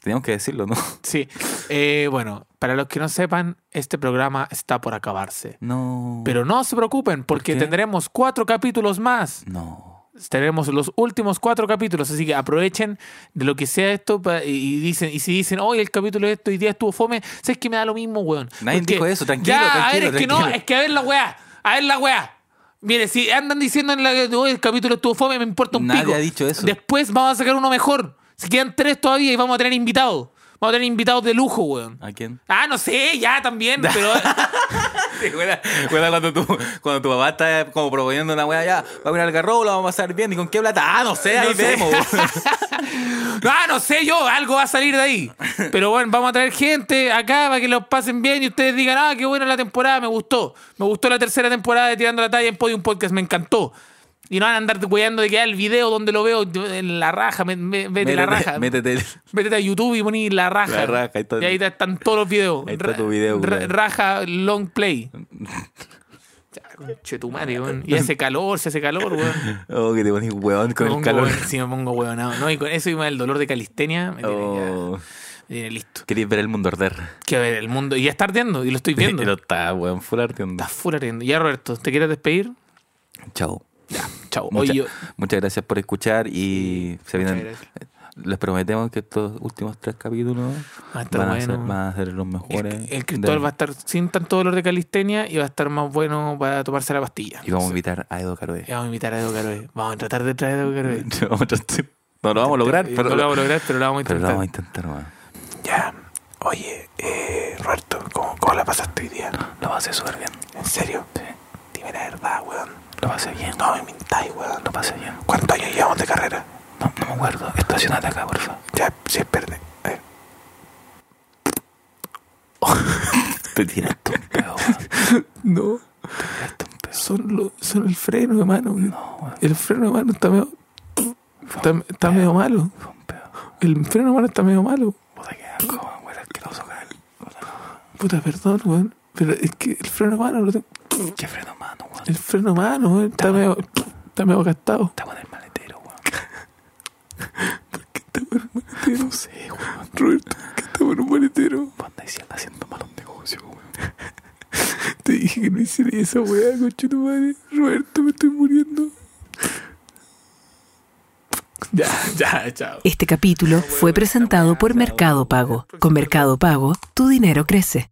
[SPEAKER 3] Teníamos que decirlo, ¿no?
[SPEAKER 2] Sí. Eh, bueno, para los que no sepan, este programa está por acabarse.
[SPEAKER 3] No.
[SPEAKER 2] Pero no se preocupen, porque
[SPEAKER 3] Mm. qué?
[SPEAKER 2] tendremos cuatro capítulos más.
[SPEAKER 3] No.
[SPEAKER 2] Tenemos los últimos cuatro capítulos, así que aprovechen de lo que sea esto pa- y- y dicen y si dicen, hoy el capítulo de esto hoy día estuvo fome, sabes que me da lo mismo, weón.
[SPEAKER 3] Nadie
[SPEAKER 2] Porque-
[SPEAKER 3] dijo eso, tranquilo,
[SPEAKER 2] Ya, a ver,
[SPEAKER 3] tranquilo,
[SPEAKER 2] es que no,
[SPEAKER 3] tranquilo.
[SPEAKER 2] es que a ver la weá, a ver la weá. Mire, si andan diciendo en la que hoy el capítulo estuvo fome, me importa un
[SPEAKER 3] Nadie
[SPEAKER 2] pico.
[SPEAKER 3] ha dicho eso.
[SPEAKER 2] Después vamos a sacar uno mejor. Se quedan tres todavía y vamos a tener invitados. Vamos a tener invitados de lujo, weón.
[SPEAKER 3] ¿A quién?
[SPEAKER 2] Ah, no sé, ya también, pero
[SPEAKER 3] Recuerda recuerda cuando, tu, cuando tu papá está como proponiendo una weá ya, va a mirar el garro, lo vamos a pasar bien, ¿y con qué plata? Ah, no sé, ahí
[SPEAKER 2] No sé.
[SPEAKER 3] vemos.
[SPEAKER 2] No, ah, no sé yo, algo va a salir de ahí. Pero bueno, vamos a traer gente acá para que los pasen bien y ustedes digan, ah, qué buena la temporada, me gustó. Me gustó la tercera temporada de Tirando la Talla en Podium Podcast, me encantó. Y no van a andar cuidando de que ah, el video donde lo veo en la raja, me- me- vete la raja.
[SPEAKER 3] Métete. el-
[SPEAKER 2] Métete a YouTube y poní la raja.
[SPEAKER 3] La raja, ahí está-
[SPEAKER 2] y ahí están todos los videos.
[SPEAKER 3] Ahí está
[SPEAKER 2] Ra-
[SPEAKER 3] tu video,
[SPEAKER 2] ra-
[SPEAKER 3] weón.
[SPEAKER 2] Raja long play. Ya, conchetumare, weón. Y hace calor, se hace calor, weón.
[SPEAKER 3] Oh, que te pones weón con
[SPEAKER 2] Me
[SPEAKER 3] el
[SPEAKER 2] pongo
[SPEAKER 3] calor.
[SPEAKER 2] hueón- sí, me pongo huevonado. No, y con eso y más el dolor de calistenia me tiene, ya-
[SPEAKER 3] Oh.
[SPEAKER 2] me tiene Eh, listo.
[SPEAKER 3] Querías ver el mundo arder.
[SPEAKER 2] Que a ver, el mundo. Y ya está ardiendo, y lo estoy viendo.
[SPEAKER 3] Pero está, weón, full ardiendo.
[SPEAKER 2] Está full ardiendo. Ya, Roberto, ¿te quieres despedir?
[SPEAKER 3] Chao.
[SPEAKER 2] Chao.
[SPEAKER 3] Mucha-
[SPEAKER 2] Oye, yo-
[SPEAKER 3] Muchas gracias por escuchar y se
[SPEAKER 2] Muchas
[SPEAKER 3] vienen. Les prometemos que estos últimos tres capítulos
[SPEAKER 2] Va a estar
[SPEAKER 3] van a,
[SPEAKER 2] bueno.
[SPEAKER 3] ser, van a ser los mejores.
[SPEAKER 2] el, el
[SPEAKER 3] de-
[SPEAKER 2] Cristóbal va a estar sin tanto dolor de calistenia y va a estar más bueno para tomarse la pastilla.
[SPEAKER 3] Y vamos a invitar a Edo Caroe.
[SPEAKER 2] Y vamos a invitar a Edo Caroe. Vamos a tratar de traer a Edo Caroe.
[SPEAKER 3] no lo vamos a lograr, pero,
[SPEAKER 2] eh, no lo vamos a lograr, pero lo vamos a
[SPEAKER 3] pero
[SPEAKER 2] intentar.
[SPEAKER 3] lo vamos a intentar, weón.
[SPEAKER 2] Ya. Oye, eh, Roberto, ¿cómo, cómo la pasaste hoy día?
[SPEAKER 3] Lo pasé súper bien.
[SPEAKER 2] ¿En serio? Dime la verdad, weón.
[SPEAKER 3] Lo pasé bien.
[SPEAKER 2] No me mintáis, weón.
[SPEAKER 3] Lo pasé bien.
[SPEAKER 2] ¿Cuántos años llevamos de carrera?
[SPEAKER 3] No, no me acuerdo. Estacionate acá, por favor.
[SPEAKER 2] Ya, sí, perdé.
[SPEAKER 3] Te tiras tú, weón.
[SPEAKER 4] No. Son, lo- son el freno de mano. güey. El freno de mano está medio. Está, está medio malo. El freno de mano está medio malo. Puta, perdón, weón. Pero es que el freno de mano lo tengo.
[SPEAKER 2] ¿Qué freno a mano, weón?
[SPEAKER 4] El freno de mano, weón. Está medio. Está medio gastado.
[SPEAKER 2] Estamos en el maletero, weón.
[SPEAKER 4] No sé, weón. Roberto, que estaba en un maletero.
[SPEAKER 2] Panda y si anda haciendo malos negocios, weón.
[SPEAKER 4] Te dije que no hiciera esa weá, coche tu madre. Roberto, me estoy muriendo. Ya, ya, chao.
[SPEAKER 1] Este capítulo fue presentado por Mercado Pago. Con Mercado Pago, tu dinero crece.